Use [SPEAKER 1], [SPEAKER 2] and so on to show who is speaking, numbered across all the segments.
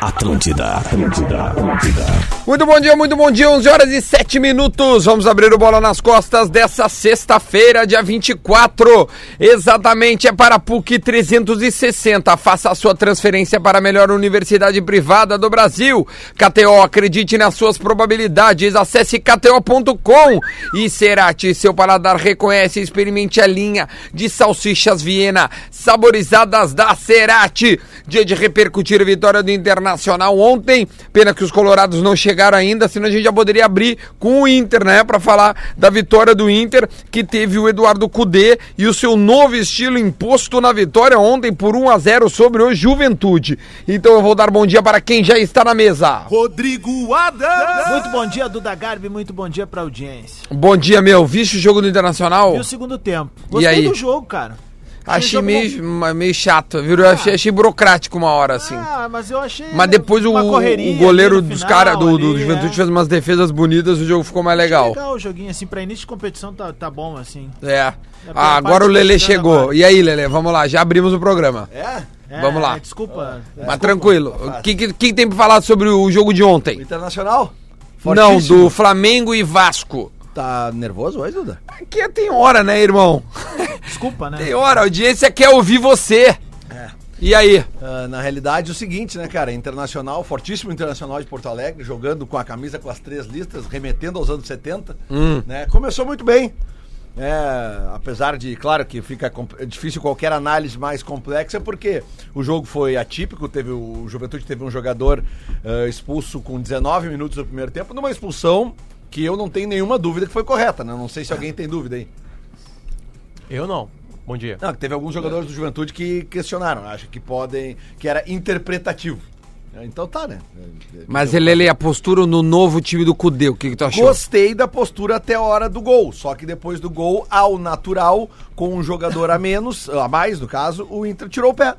[SPEAKER 1] Atlântida, Atlântida, Atlântida.
[SPEAKER 2] Muito bom dia, muito bom dia. 11 horas e 7 minutos. Vamos abrir o bola nas costas dessa sexta-feira, dia 24. Exatamente, é para a PUC 360. Faça a sua transferência para a melhor universidade privada do Brasil. KTO, acredite nas suas probabilidades. Acesse KTO.com e Cerati, seu paladar reconhece. Experimente a linha de salsichas Viena, saborizadas da Cerati. Dia de repercutir a vitória do Internacional ontem. Pena que os colorados não chegaram ainda, senão a gente já poderia abrir com o Inter, né? Para falar da vitória do Inter, que teve o Eduardo Cudê e o seu novo estilo imposto na vitória ontem por 1 a 0 sobre o Juventude. Então eu vou dar bom dia para quem já está na mesa.
[SPEAKER 3] Rodrigo Adams.
[SPEAKER 4] Muito bom dia, Duda Garbi. Muito bom dia pra audiência.
[SPEAKER 2] Bom dia, meu. Viste o jogo do Internacional?
[SPEAKER 4] E o segundo tempo?
[SPEAKER 2] aí?
[SPEAKER 4] do jogo, cara.
[SPEAKER 2] Achei
[SPEAKER 4] jogo
[SPEAKER 2] meio, ma- meio chato, virou, achei, achei burocrático uma hora, assim.
[SPEAKER 4] Ah, mas eu achei.
[SPEAKER 2] Mas depois o,
[SPEAKER 4] uma correria
[SPEAKER 2] o goleiro
[SPEAKER 4] ali no
[SPEAKER 2] dos
[SPEAKER 4] final,
[SPEAKER 2] caras do, do
[SPEAKER 4] ali,
[SPEAKER 2] Juventude
[SPEAKER 4] é.
[SPEAKER 2] fez umas defesas bonitas, o jogo ficou mais legal.
[SPEAKER 4] Legal o joguinho, assim, pra início de competição tá, tá bom, assim.
[SPEAKER 2] É.
[SPEAKER 4] pela
[SPEAKER 2] Ah, agora
[SPEAKER 4] parte
[SPEAKER 2] o
[SPEAKER 4] que
[SPEAKER 2] Lele
[SPEAKER 4] tá chegando
[SPEAKER 2] chegou.
[SPEAKER 4] agora.
[SPEAKER 2] E aí, Lele, vamos lá, já abrimos o programa.
[SPEAKER 3] É? tá
[SPEAKER 4] É,
[SPEAKER 2] Vamos lá.
[SPEAKER 4] é, desculpa.
[SPEAKER 2] Mas tá- tranquilo. O que, que, que tem pra falar sobre o jogo de ontem?
[SPEAKER 3] Então, Internacional?
[SPEAKER 2] Não, do Flamengo e Vasco.
[SPEAKER 3] Tá nervoso hoje, Duda?
[SPEAKER 2] Aqui tem hora, né, irmão?
[SPEAKER 4] Desculpa, né?
[SPEAKER 2] Tem hora, a audiência quer ouvir você.
[SPEAKER 3] É.
[SPEAKER 2] E aí?
[SPEAKER 3] Ah, na realidade, é o seguinte, né, cara? Internacional, fortíssimo internacional de Porto Alegre, jogando com a camisa com as três listas, remetendo aos anos 70. Né? Começou muito bem. né? apesar de, claro que fica com- é difícil qualquer análise mais complexa, porque o jogo foi atípico, teve o, o Juventude teve um jogador ah, expulso com 19 minutos do primeiro tempo, numa expulsão que eu não tenho nenhuma dúvida que foi correta, né? Não sei se alguém tem dúvida aí.
[SPEAKER 5] Eu não. Bom dia.
[SPEAKER 3] Não, que teve alguns jogadores do Juventude que questionaram, acho que podem, que era interpretativo. Então tá, né?
[SPEAKER 2] Mas, Lele, a postura no novo time do Cudê, o que, que tu achou?
[SPEAKER 3] Gostei da postura até a hora do gol, só que depois do gol, ao natural, com um jogador a menos, a mais no caso, o Inter tirou o pé.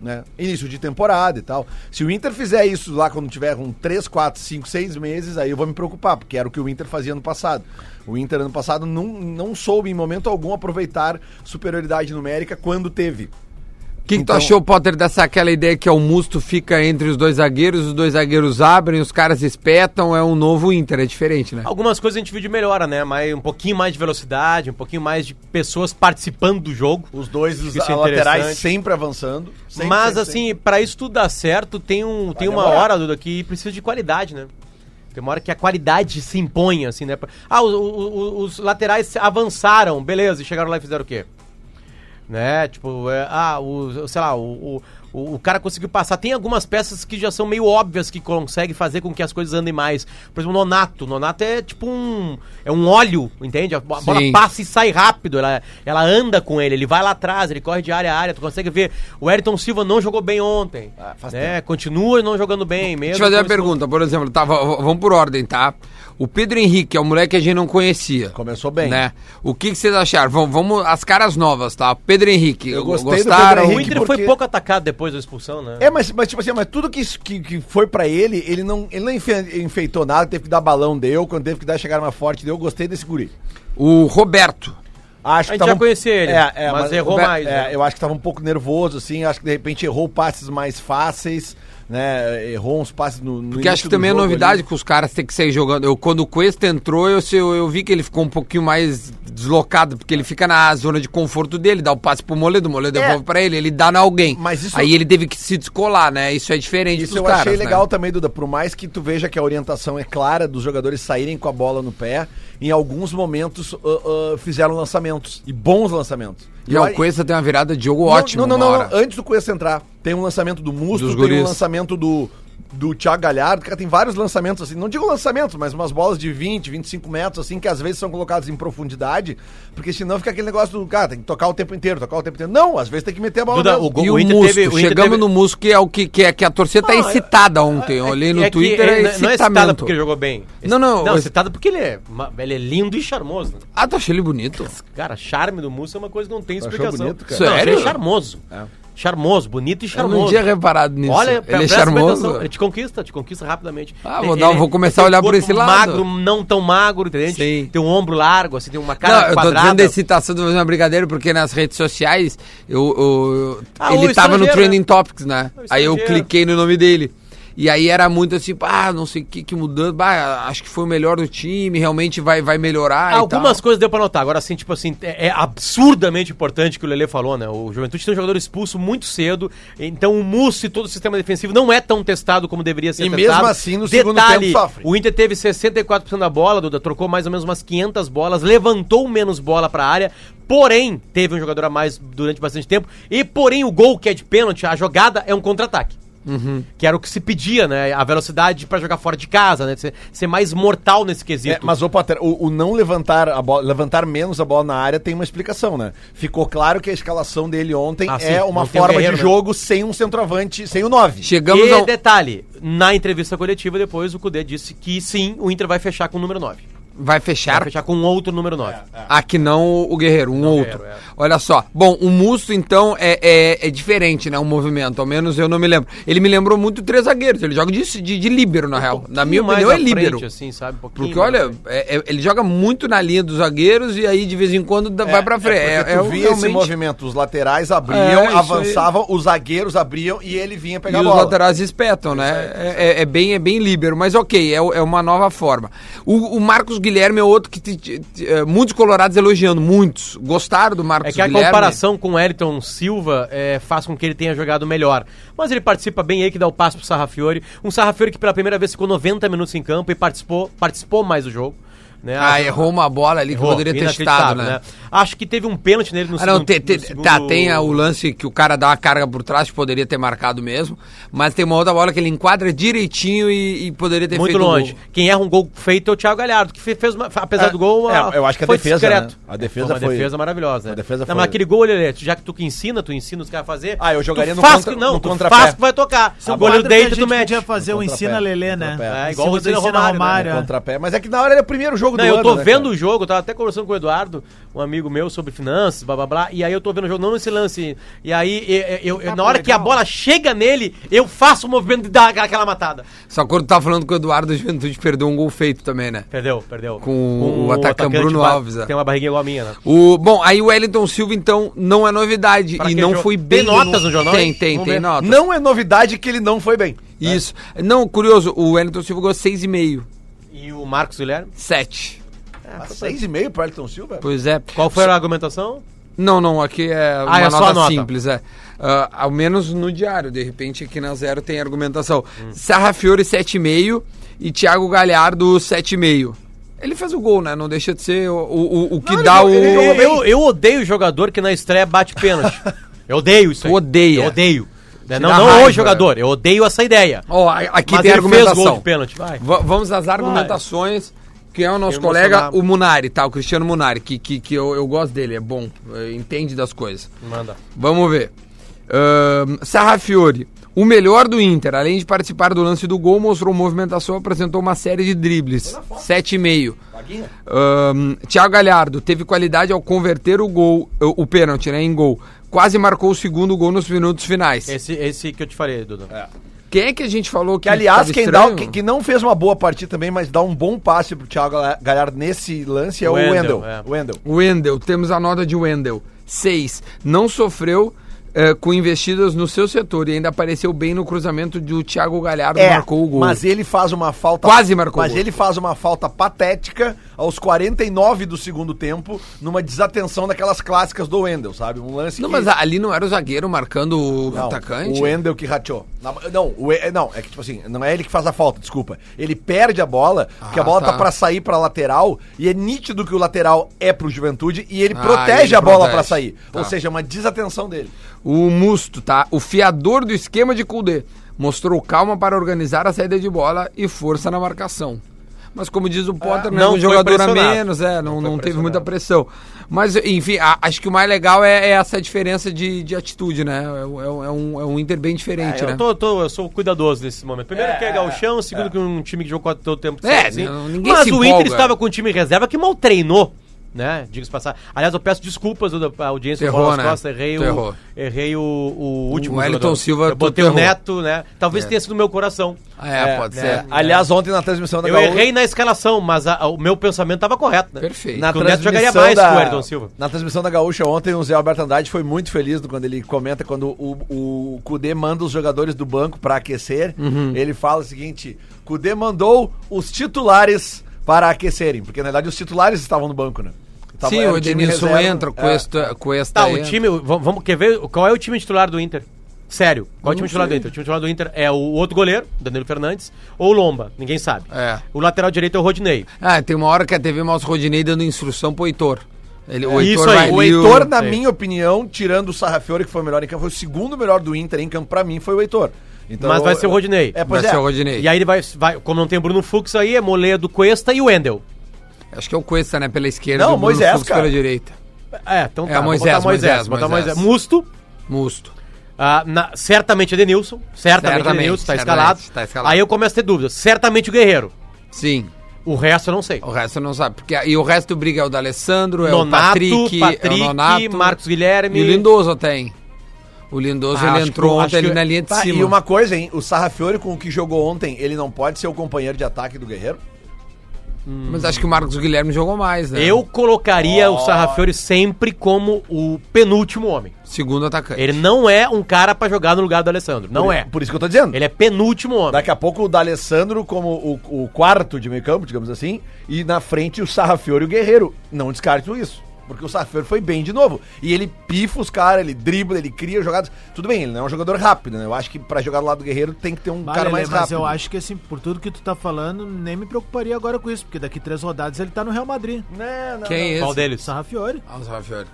[SPEAKER 3] Né? Início de temporada e tal. Se o Inter fizer isso lá quando tiver com 3, 4, 5, 6 meses, aí eu vou me preocupar, porque era o que o Inter fazia ano passado. O Inter ano passado não, não soube em momento algum aproveitar superioridade numérica quando teve.
[SPEAKER 2] O que, que
[SPEAKER 3] Então-
[SPEAKER 2] tu achou, Potter, dessa aquela ideia que é o Musto fica entre os dois zagueiros, os dois zagueiros abrem, os caras espetam, é um novo Inter, é diferente, né?
[SPEAKER 5] Algumas coisas a gente viu de melhora, né? Mas um pouquinho mais de velocidade, um pouquinho mais de pessoas participando do jogo.
[SPEAKER 3] Os dois os
[SPEAKER 5] Isso é
[SPEAKER 3] laterais
[SPEAKER 5] interessante.
[SPEAKER 3] sempre avançando. Sempre,
[SPEAKER 5] Mas
[SPEAKER 3] sempre,
[SPEAKER 5] assim, pra isso tudo dar certo, tem, um, tem uma
[SPEAKER 3] demorar.
[SPEAKER 5] hora, Duda, que precisa de qualidade, né? Tem uma hora que a qualidade se impõe, assim, né? Ah, o- o- o- os laterais avançaram, beleza, e chegaram lá e fizeram o quê? Né? Tipo, é, ah, o, sei lá, o, o, o- o cara conseguiu passar. Tem algumas peças que já são meio óbvias que consegue fazer com que as coisas andem mais. Por exemplo, o Nonato. O Nonato é tipo um. É um óleo, entende? A bo- a bola
[SPEAKER 2] Sim.
[SPEAKER 5] passa e sai rápido. Ela, ela anda com ele, ele vai lá atrás, ele corre de área a área. Tu consegue ver. O Ayrton Silva não jogou bem ontem.
[SPEAKER 3] Ah, faz
[SPEAKER 5] né? Continua não jogando bem mesmo.
[SPEAKER 2] Deixa eu fazer uma
[SPEAKER 5] com esse-
[SPEAKER 2] pergunta, por exemplo, tá, v- v- vamos por ordem, tá? O Pedro Henrique é um moleque que a gente não conhecia.
[SPEAKER 3] Começou bem.
[SPEAKER 2] Né? O que, que vocês acharam? Vamos, vamos as caras novas, tá? Pedro Henrique,
[SPEAKER 3] Eu
[SPEAKER 2] go-
[SPEAKER 3] gostei do
[SPEAKER 2] gostaram?
[SPEAKER 3] Pedro
[SPEAKER 5] O
[SPEAKER 3] Henrique.
[SPEAKER 5] Inter
[SPEAKER 3] porque-
[SPEAKER 5] foi pouco atacado depois da expulsão, né?
[SPEAKER 3] É, mas, mas tipo assim, mas tudo que, isso- que, que foi pra ele, ele não, ele não enfe- enfeitou nada, teve que dar balão, deu, quando teve que dar chegar mais forte, deu. Eu gostei desse guri.
[SPEAKER 2] O Roberto.
[SPEAKER 3] Acho
[SPEAKER 5] A gente já conhecia ele,
[SPEAKER 3] é, é,
[SPEAKER 5] mas errou
[SPEAKER 3] o Be-
[SPEAKER 5] mais,
[SPEAKER 3] é,
[SPEAKER 5] né?
[SPEAKER 3] Eu acho que tava um pouco nervoso, assim, acho que de repente errou passes mais fáceis, né? Errou uns passes no. no
[SPEAKER 2] Porque acho que também é novidade que os caras têm que sair jogando. Eu, quando o Cuesta entrou, eu, se- eu, eu vi que ele ficou um pouquinho mais deslocado, porque ele fica na zona de conforto dele, dá o passe pro Moledo, o Moledo devolve pra ele, ele dá na alguém.
[SPEAKER 3] É. Mas isso-
[SPEAKER 2] Aí ele teve que se descolar, né? Isso é diferente
[SPEAKER 3] Isso
[SPEAKER 2] pros
[SPEAKER 3] eu
[SPEAKER 2] caras,
[SPEAKER 3] achei
[SPEAKER 2] né?
[SPEAKER 3] legal também, Duda. Por mais que tu veja que a orientação é clara dos jogadores saírem com a bola no pé, em alguns momentos ah, ah, fizeram lançamentos. E bons lançamentos.
[SPEAKER 2] E é
[SPEAKER 3] eu-
[SPEAKER 2] o Cuesta tem uma virada de jogo
[SPEAKER 3] não,
[SPEAKER 2] ótima.
[SPEAKER 3] Não, não,
[SPEAKER 2] uma
[SPEAKER 3] não,
[SPEAKER 2] hora.
[SPEAKER 3] não. Antes do Cuesta entrar, tem um lançamento do Musto,
[SPEAKER 2] Dos
[SPEAKER 3] tem
[SPEAKER 2] guris.
[SPEAKER 3] um lançamento do, do Thiago Galhardo. Cara, tem vários lançamentos, assim. Não digo lançamentos, mas umas bolas de 20, 25 metros, assim, que às vezes são colocadas em profundidade, porque senão fica aquele negócio do cara, tem que tocar o tempo inteiro, tocar o tempo inteiro. Não, às vezes tem que meter a bola
[SPEAKER 5] Duda,
[SPEAKER 3] mesmo.
[SPEAKER 5] o gol-
[SPEAKER 2] e o,
[SPEAKER 5] Inter
[SPEAKER 2] Musto,
[SPEAKER 5] teve- o Inter
[SPEAKER 2] chegamos
[SPEAKER 5] teve-
[SPEAKER 2] no Musto, que é o que, que, é, que a torcida tá
[SPEAKER 5] Não, é-
[SPEAKER 2] excitada ontem. Eu olhei no
[SPEAKER 5] É que
[SPEAKER 2] Twitter,
[SPEAKER 5] ele
[SPEAKER 2] é
[SPEAKER 5] não- não é citada
[SPEAKER 2] excitamento.
[SPEAKER 5] porque ele jogou bem.
[SPEAKER 2] Não, não,
[SPEAKER 5] Não,
[SPEAKER 2] eu-
[SPEAKER 5] citada porque ele é, ma- ele é lindo e charmoso. né?
[SPEAKER 2] Ah, tu achou ele bonito?
[SPEAKER 5] Cara, charme do Musso é uma coisa que não tem
[SPEAKER 3] achou
[SPEAKER 5] explicação.
[SPEAKER 3] bonito, cara? É.
[SPEAKER 5] Não, eu achei
[SPEAKER 2] Sério?
[SPEAKER 5] charmoso. Charmoso, bonito e
[SPEAKER 2] Eu
[SPEAKER 5] charmoso.
[SPEAKER 2] não tinha reparado nisso.
[SPEAKER 5] Olha, pre-
[SPEAKER 2] ele é
[SPEAKER 5] presta
[SPEAKER 2] charmoso.
[SPEAKER 5] atenção, Ele te conquista, te conquista rapidamente.
[SPEAKER 2] Ah, vou dar- vou começar a
[SPEAKER 5] tem um
[SPEAKER 2] olhar por
[SPEAKER 5] corpo
[SPEAKER 2] esse lado.
[SPEAKER 5] magro, não tão magro, entendeu?
[SPEAKER 2] Sim.
[SPEAKER 5] Tem um ombro largo, assim, tem uma cara
[SPEAKER 2] Não, eu tô
[SPEAKER 5] quadrada.
[SPEAKER 2] dizendo da excitação do uma Brigadeiro, porque nas redes sociais eu, eu- eu-
[SPEAKER 5] Ah, o
[SPEAKER 2] ele tava no
[SPEAKER 5] estrangeiro,
[SPEAKER 2] Trending
[SPEAKER 5] né?
[SPEAKER 2] Topics, né?
[SPEAKER 5] O
[SPEAKER 2] Aí eu
[SPEAKER 5] estrangeiro.
[SPEAKER 2] cliquei no nome dele. E aí era muito assim, ah, não sei o que que mudando, bah, acho que foi o melhor do time, realmente vai, vai melhorar. e
[SPEAKER 5] Algumas
[SPEAKER 2] tal.
[SPEAKER 5] coisas deu pra notar. Agora, assim, tipo assim, é, é absurdamente importante o que o Lele falou, né? O Juventude tem um jogador expulso muito cedo, então o Musso e todo o sistema defensivo não é tão testado como deveria ser
[SPEAKER 3] E
[SPEAKER 5] testado.
[SPEAKER 3] mesmo assim, no segundo tempo, sofre.
[SPEAKER 5] O Inter teve 64% da bola, Duda, trocou mais ou menos umas 500 bolas, levantou menos bola pra área, porém, teve um jogador a mais durante bastante tempo, e porém o gol que é de pênalti, a jogada é um contra-ataque.
[SPEAKER 3] Uhum.
[SPEAKER 5] Que era o que se pedia, né? A velocidade pra jogar fora de casa, né? Ser, ser mais mortal nesse quesito.
[SPEAKER 3] É, mas, ô Potter, o, o não levantar a bola, levantar menos a bola na área tem uma explicação, né? Ficou claro que a escalação dele ontem
[SPEAKER 5] Ah,
[SPEAKER 3] é
[SPEAKER 5] sim,
[SPEAKER 3] uma
[SPEAKER 5] não tem o
[SPEAKER 3] forma
[SPEAKER 5] Guerreiro,
[SPEAKER 3] de
[SPEAKER 5] né?
[SPEAKER 3] jogo sem um centroavante, sem o 9.
[SPEAKER 2] Chegamos
[SPEAKER 5] e
[SPEAKER 2] ao...
[SPEAKER 5] detalhe, na entrevista coletiva depois o Cudê disse que sim, o Inter vai fechar com o número 9.
[SPEAKER 2] Vai
[SPEAKER 5] Vai
[SPEAKER 2] fechar
[SPEAKER 5] fechar com outro número 9.
[SPEAKER 2] Ah, que não o Guerreiro, um outro.
[SPEAKER 5] Guerreiro, é.
[SPEAKER 2] Olha só. Bom, o Musso, então, é, é, é diferente, né? O movimento, ao menos eu não me lembro. Ele me lembrou muito três zagueiros. Ele joga de, de, de líbero, na real. Na minha
[SPEAKER 5] Um mais
[SPEAKER 2] opinião, é
[SPEAKER 5] à frente,
[SPEAKER 2] líbero.
[SPEAKER 5] assim, sabe? Um pouquinho
[SPEAKER 2] Porque,
[SPEAKER 5] mais à
[SPEAKER 2] olha,
[SPEAKER 5] frente.
[SPEAKER 2] é- é- ele joga muito na linha dos zagueiros e aí, de vez em quando, dá- vai pra frente. É,
[SPEAKER 3] porque
[SPEAKER 2] é,
[SPEAKER 3] tu
[SPEAKER 2] o-
[SPEAKER 3] via esse
[SPEAKER 2] realmente-
[SPEAKER 3] movimento, os laterais abriam,
[SPEAKER 2] É, isso aí.
[SPEAKER 3] avançavam, os zagueiros abriam e ele vinha
[SPEAKER 2] E
[SPEAKER 3] pegar a
[SPEAKER 2] os
[SPEAKER 3] bola.
[SPEAKER 2] laterais espetam, né? É, é- é bem, é bem líbero, mas ok, é, o- é uma nova forma. O, o Marcos Guilherme é outro que te- te- te- é, muitos colorados elogiando, muitos. Gostaram do Marcos
[SPEAKER 5] É que a
[SPEAKER 2] Guilherme.
[SPEAKER 5] comparação com o Elton Silva é, faz com que ele tenha jogado melhor. Mas ele participa bem aí, que dá o passo pro Sarrafiori. Um Sarrafiori que pela primeira vez ficou 90 minutos em campo e participou, participou mais do jogo. Né?
[SPEAKER 2] Ah, errou uma bola ali que
[SPEAKER 5] Errou,
[SPEAKER 2] poderia ter
[SPEAKER 5] inacreditável,
[SPEAKER 2] chutado, né?
[SPEAKER 5] Acho que teve um pênalti nele no
[SPEAKER 2] Ah, não,
[SPEAKER 5] segundo-
[SPEAKER 2] te- te-
[SPEAKER 5] no segundo-
[SPEAKER 2] tá, tem a- o lance que o cara dá uma carga por trás, que poderia ter marcado mesmo, mas tem uma outra bola que ele enquadra direitinho e, e poderia ter
[SPEAKER 5] Muito
[SPEAKER 2] feito o
[SPEAKER 5] longe.
[SPEAKER 2] gol.
[SPEAKER 5] Quem erra um gol feito é o Thiago Galhardo, que fe- fez, uma- apesar
[SPEAKER 3] É,
[SPEAKER 5] do gol,
[SPEAKER 3] é, eu acho que a
[SPEAKER 5] foi
[SPEAKER 3] defesa,
[SPEAKER 5] discreto.
[SPEAKER 3] né? A defesa
[SPEAKER 5] uma
[SPEAKER 3] foi-
[SPEAKER 5] defesa maravilhosa. né?
[SPEAKER 3] a defesa
[SPEAKER 5] não,
[SPEAKER 3] foi-
[SPEAKER 5] mas aquele gol, Lelê, já que tu que ensina, tu ensina os caras a fazer.
[SPEAKER 3] Ah, eu jogaria
[SPEAKER 5] tu
[SPEAKER 3] no
[SPEAKER 5] faz
[SPEAKER 3] contra-
[SPEAKER 5] que, não,
[SPEAKER 3] no
[SPEAKER 5] tu
[SPEAKER 3] contrapé.
[SPEAKER 5] faz que vai tocar.
[SPEAKER 4] São
[SPEAKER 5] o
[SPEAKER 4] quadros
[SPEAKER 5] goleiro
[SPEAKER 4] Tá que a
[SPEAKER 5] deita,
[SPEAKER 4] gente
[SPEAKER 5] tu mete.
[SPEAKER 4] podia fazer o
[SPEAKER 3] No
[SPEAKER 4] ensina
[SPEAKER 3] contrapé,
[SPEAKER 4] Lelê,
[SPEAKER 3] no
[SPEAKER 4] né?
[SPEAKER 3] contrapé.
[SPEAKER 5] É,
[SPEAKER 4] Em
[SPEAKER 5] igual
[SPEAKER 4] cima
[SPEAKER 5] o
[SPEAKER 4] do
[SPEAKER 5] Ensina
[SPEAKER 4] Ensina
[SPEAKER 5] Romário, né?
[SPEAKER 4] Romário. é.
[SPEAKER 3] Contrapé. Mas é que na hora era o primeiro jogo
[SPEAKER 5] Não,
[SPEAKER 3] do
[SPEAKER 5] eu
[SPEAKER 3] ano,
[SPEAKER 5] tô
[SPEAKER 3] né,
[SPEAKER 5] vendo
[SPEAKER 3] cara?
[SPEAKER 5] o jogo, eu tava até conversando com o Eduardo, um amigo meu, sobre finanças, blá blá blá, e aí eu tô vendo o jogo, não nesse lance. E aí, e- e- eu, eu- na hora que a bola chega nele, eu faço o movimento de dar aquela- aquela matada.
[SPEAKER 2] Só quando tá falando que o Eduardo Juventude perdeu um gol feito também, né?
[SPEAKER 5] Perdeu, perdeu.
[SPEAKER 2] Com o atacante Bruno
[SPEAKER 5] ba-
[SPEAKER 2] Alves, é.
[SPEAKER 5] Tem uma barriguinha igual a minha, né?
[SPEAKER 2] O, bom, aí o Wellington Silva, então, não é novidade.
[SPEAKER 5] Pra
[SPEAKER 2] e
[SPEAKER 5] que
[SPEAKER 2] não
[SPEAKER 5] jo-
[SPEAKER 2] foi
[SPEAKER 5] Tem
[SPEAKER 2] bem.
[SPEAKER 5] notas no jornal,
[SPEAKER 2] Tem,
[SPEAKER 5] hein?
[SPEAKER 2] tem,
[SPEAKER 5] Vamos
[SPEAKER 2] tem
[SPEAKER 5] ver.
[SPEAKER 2] notas.
[SPEAKER 3] Não é novidade que ele não foi bem.
[SPEAKER 2] Isso. Não, curioso, o Wellington Silva ganhou 6,5.
[SPEAKER 5] E o Marcos Guilherme?
[SPEAKER 2] 7.
[SPEAKER 3] Ah, Seis e meio pro Elton Silva?
[SPEAKER 2] Pois é.
[SPEAKER 5] Qual foi a argumentação?
[SPEAKER 2] Não, não, aqui é uma
[SPEAKER 5] é só
[SPEAKER 2] nota,
[SPEAKER 5] a nota.
[SPEAKER 2] simples, é. Ah, ao menos no diário, de repente aqui na Zero tem argumentação.
[SPEAKER 5] Hum.
[SPEAKER 2] Sarrafiore 7,5 e Thiago Galhardo 7,5. Ele fez o gol, né? Não deixa de ser o, o, o que dá o...
[SPEAKER 5] Eu, eu, eu odeio jogador que na estreia bate pênalti. eu odeio isso
[SPEAKER 2] Tu odeia.
[SPEAKER 5] Eu odeio. Né? Não,
[SPEAKER 2] dá
[SPEAKER 5] não
[SPEAKER 2] raiva,
[SPEAKER 5] o jogador, eu odeio essa ideia.
[SPEAKER 2] Ó, a- aqui
[SPEAKER 5] Mas
[SPEAKER 2] tem
[SPEAKER 5] ele fez gol
[SPEAKER 2] argumentação.
[SPEAKER 5] de pênalti, vai.
[SPEAKER 2] Va- vamos às argumentações, que é o nosso
[SPEAKER 5] Eu
[SPEAKER 2] colega,
[SPEAKER 5] emocionava.
[SPEAKER 2] o Munari, tá? O Cristiano Munari, que, que, que eu, eu gosto dele, é bom, eh, entende das coisas.
[SPEAKER 5] Manda.
[SPEAKER 2] Vamos ver. Ahn, Sarrafiori, o melhor do Inter, além de participar do lance do gol, mostrou movimentação, apresentou uma série de dribles. 7,5. Ahn, Thiago Galhardo teve qualidade ao converter o gol, o, o pênalti, né, em gol. Quase marcou o segundo gol nos minutos finais.
[SPEAKER 5] Esse, esse que eu te falei, Dudu.
[SPEAKER 2] Quem é que a gente falou que
[SPEAKER 3] Que, aliás,
[SPEAKER 2] tava
[SPEAKER 3] quem, dá, o-
[SPEAKER 2] estranho?
[SPEAKER 3] que, que não fez uma boa partida também, mas dá um bom passe pro Thiago Gala- Galhardo nesse lance é o
[SPEAKER 5] Wendel,
[SPEAKER 3] Wendel.
[SPEAKER 5] é.
[SPEAKER 3] Wendel.
[SPEAKER 2] Wendel, temos a nota de Wendel. 6. Não sofreu eh, com investidas no seu setor e ainda apareceu bem no cruzamento do Thiago Galhardo, marcou o gol.
[SPEAKER 3] É, Mas ele faz uma falta.
[SPEAKER 2] Quase marcou o
[SPEAKER 3] Mas
[SPEAKER 2] gol.
[SPEAKER 3] ele faz uma falta patética aos 49 do segundo tempo, numa desatenção daquelas clássicas do Wendel, sabe? Um lance
[SPEAKER 2] Não,
[SPEAKER 3] que-
[SPEAKER 2] mas ali não era o zagueiro marcando o
[SPEAKER 3] Não,
[SPEAKER 2] atacante?
[SPEAKER 3] O Wendel que rateou. Na- Não, o, E- não, é que tipo assim, não é ele que faz a falta, desculpa. Ele perde a bola, porque a bola tá,
[SPEAKER 2] tá.
[SPEAKER 3] pra sair pra lateral, e é nítido que o lateral é pro Juventude, e ele
[SPEAKER 2] Ah,
[SPEAKER 3] protege
[SPEAKER 2] ele
[SPEAKER 3] a bola
[SPEAKER 2] protege.
[SPEAKER 3] pra sair.
[SPEAKER 2] Tá.
[SPEAKER 3] Ou seja, é uma desatenção dele.
[SPEAKER 2] O Musto, tá? O fiador do esquema de Koudé. Mostrou calma para organizar a saída de bola e força na marcação. Mas como diz o Potter, né,
[SPEAKER 5] não
[SPEAKER 2] um
[SPEAKER 5] foi
[SPEAKER 2] jogador a
[SPEAKER 5] pressionado.
[SPEAKER 2] menos, é, não, não
[SPEAKER 5] Não foi
[SPEAKER 2] teve
[SPEAKER 5] pressionado.
[SPEAKER 2] muita pressão. Mas, enfim, a- acho que o mais legal é, é essa diferença de, de atitude, né? É, um- é um- é um, é um Inter bem diferente, né?
[SPEAKER 5] Ah, Eu, tô, tô- eu sou cuidadoso nesse momento. Primeiro que é gauchão, segundo que um time que jogou quase todo o tempo. que
[SPEAKER 2] É,
[SPEAKER 5] sozinho.
[SPEAKER 2] não- ninguém
[SPEAKER 5] Mas
[SPEAKER 2] se
[SPEAKER 5] o
[SPEAKER 2] empolga.
[SPEAKER 5] Inter estava com um time reserva que mal treinou. né? Diga-se passar. Aliás, eu peço desculpas Duda, pra audiência
[SPEAKER 2] Errou,
[SPEAKER 5] Bolas
[SPEAKER 2] né?
[SPEAKER 5] Costa, errei,
[SPEAKER 2] Tu
[SPEAKER 5] o,
[SPEAKER 2] errou.
[SPEAKER 5] errei o, o último.
[SPEAKER 2] O Wellington
[SPEAKER 5] jogador.
[SPEAKER 2] Silva,
[SPEAKER 5] Eu
[SPEAKER 2] tu-
[SPEAKER 5] botei
[SPEAKER 2] tu
[SPEAKER 5] o
[SPEAKER 2] errou.
[SPEAKER 5] Neto, né? Talvez tenha sido no meu coração.
[SPEAKER 2] É, pode
[SPEAKER 5] né?
[SPEAKER 2] ser.
[SPEAKER 3] Aliás, ontem na transmissão da
[SPEAKER 5] Eu
[SPEAKER 3] Gaúcha-
[SPEAKER 5] errei na escalação, mas a- a- o meu pensamento estava correto, né?
[SPEAKER 2] Perfeito.
[SPEAKER 3] Na
[SPEAKER 5] Que o Neto
[SPEAKER 3] transmissão
[SPEAKER 5] jogaria mais
[SPEAKER 3] da,
[SPEAKER 5] que o Ayrton Silva.
[SPEAKER 3] Na transmissão da Gaúcha ontem, o Zé Alberto Andrade foi muito feliz do- quando ele comenta quando o, o Cudê manda os jogadores do banco para aquecer.
[SPEAKER 5] Uhum.
[SPEAKER 3] Ele fala o seguinte: Cudê mandou os titulares para aquecerem, porque na verdade os titulares estavam no banco, né? Tava-
[SPEAKER 2] Sim,
[SPEAKER 5] é
[SPEAKER 3] era
[SPEAKER 2] o
[SPEAKER 5] um
[SPEAKER 3] time
[SPEAKER 2] Ednilson
[SPEAKER 3] reserva.
[SPEAKER 2] entra com
[SPEAKER 3] É.
[SPEAKER 2] esta. Com esta
[SPEAKER 5] Tá, o
[SPEAKER 2] entra.
[SPEAKER 5] time. v- Vamos quer ver qual é o time titular do Inter? Sério, qual é o time titular do Inter? O time titular do Inter é o outro goleiro, Danilo Fernandes, ou o Lomba, ninguém sabe.
[SPEAKER 2] É.
[SPEAKER 5] O lateral direito é o Rodinei.
[SPEAKER 2] Ah, tem uma hora que a TV Mouse Rodinei dando instrução pro Heitor. Ele, o
[SPEAKER 5] É Isso
[SPEAKER 2] Heitor
[SPEAKER 5] aí,
[SPEAKER 2] vai
[SPEAKER 3] O
[SPEAKER 2] ali,
[SPEAKER 3] Heitor, na
[SPEAKER 5] Sim.
[SPEAKER 3] minha opinião, tirando o Sarrafiore, que foi o melhor em campo, foi o segundo melhor do Inter em campo pra mim, foi o Heitor. Então,
[SPEAKER 5] Mas vai
[SPEAKER 3] eu-
[SPEAKER 5] ser o Rodinei.
[SPEAKER 3] É, pois
[SPEAKER 2] Vai
[SPEAKER 3] é.
[SPEAKER 2] ser o Rodinei.
[SPEAKER 5] E aí ele vai, vai. Como não tem o Bruno Fux aí, é Moledo, Cuesta e o Wendel.
[SPEAKER 2] Acho que é o Cuesta, né? Pela esquerda,
[SPEAKER 3] Não,
[SPEAKER 2] e o Bruno
[SPEAKER 3] Moisés,
[SPEAKER 2] Fux
[SPEAKER 3] cara.
[SPEAKER 2] pela direita.
[SPEAKER 5] É, então
[SPEAKER 2] É,
[SPEAKER 5] tá. vou
[SPEAKER 2] Moisés,
[SPEAKER 5] botar Moisés,
[SPEAKER 2] Moisés,
[SPEAKER 5] botar
[SPEAKER 2] Moisés.
[SPEAKER 5] Moisés. Musto.
[SPEAKER 2] Musto.
[SPEAKER 5] ah, na- certamente Edenilson. Certamente,
[SPEAKER 2] Certamente,
[SPEAKER 5] Edenilson, tá
[SPEAKER 2] certamente,
[SPEAKER 5] escalado.
[SPEAKER 2] tá escalado.
[SPEAKER 5] Aí eu começo a ter dúvidas. Certamente o Guerreiro.
[SPEAKER 2] Sim.
[SPEAKER 5] O resto eu não sei.
[SPEAKER 2] O resto não sabe. Porque, e o resto briga é o da Alessandro, é o
[SPEAKER 5] Nonato,
[SPEAKER 2] Patrick,
[SPEAKER 5] Patrick,
[SPEAKER 2] é o Nonato.
[SPEAKER 5] Marcos Guilherme.
[SPEAKER 2] E o Lindoso até, hein? O Lindoso,
[SPEAKER 5] Ah,
[SPEAKER 2] ele
[SPEAKER 5] acho
[SPEAKER 2] entrou
[SPEAKER 5] que-
[SPEAKER 2] ontem
[SPEAKER 5] acho
[SPEAKER 2] ali
[SPEAKER 5] que-
[SPEAKER 2] na linha de
[SPEAKER 3] Tá,
[SPEAKER 2] cima.
[SPEAKER 3] e uma coisa, hein? O Sarrafiore com o que jogou ontem, ele não pode ser o companheiro de ataque do Guerreiro?
[SPEAKER 2] Hum. Mas acho que o Marcos Guilherme jogou mais, né?
[SPEAKER 5] Eu colocaria o Sarrafiori sempre como o penúltimo homem.
[SPEAKER 2] Segundo atacante.
[SPEAKER 5] Ele não é um cara pra jogar no lugar do Alessandro. Não
[SPEAKER 3] Por-
[SPEAKER 5] é.
[SPEAKER 3] Por isso que eu tô dizendo.
[SPEAKER 5] Ele é penúltimo homem.
[SPEAKER 3] Daqui a pouco o D'Alessandro como o, o quarto de meio campo, digamos assim, e na frente o Sarrafiore e o Guerreiro. Não descarto isso. Porque o Sarrafiore foi bem de novo. E ele pifa os caras, ele dribla, ele cria jogadas. Tudo bem, ele não é um jogador rápido, né? Eu acho que pra jogar do lado do Guerreiro tem que ter um
[SPEAKER 4] Bah,
[SPEAKER 3] cara
[SPEAKER 4] Lelê,
[SPEAKER 3] mais
[SPEAKER 4] mas
[SPEAKER 3] rápido.
[SPEAKER 4] eu acho que assim, por tudo que tu tá falando, nem me preocuparia agora com isso, porque daqui três rodadas ele tá no Real Madrid.
[SPEAKER 3] Não, não,
[SPEAKER 2] Quem é
[SPEAKER 5] Qual
[SPEAKER 2] esse?
[SPEAKER 5] deles?
[SPEAKER 4] Sarrafiore.
[SPEAKER 2] Ah, o Sarrafiori.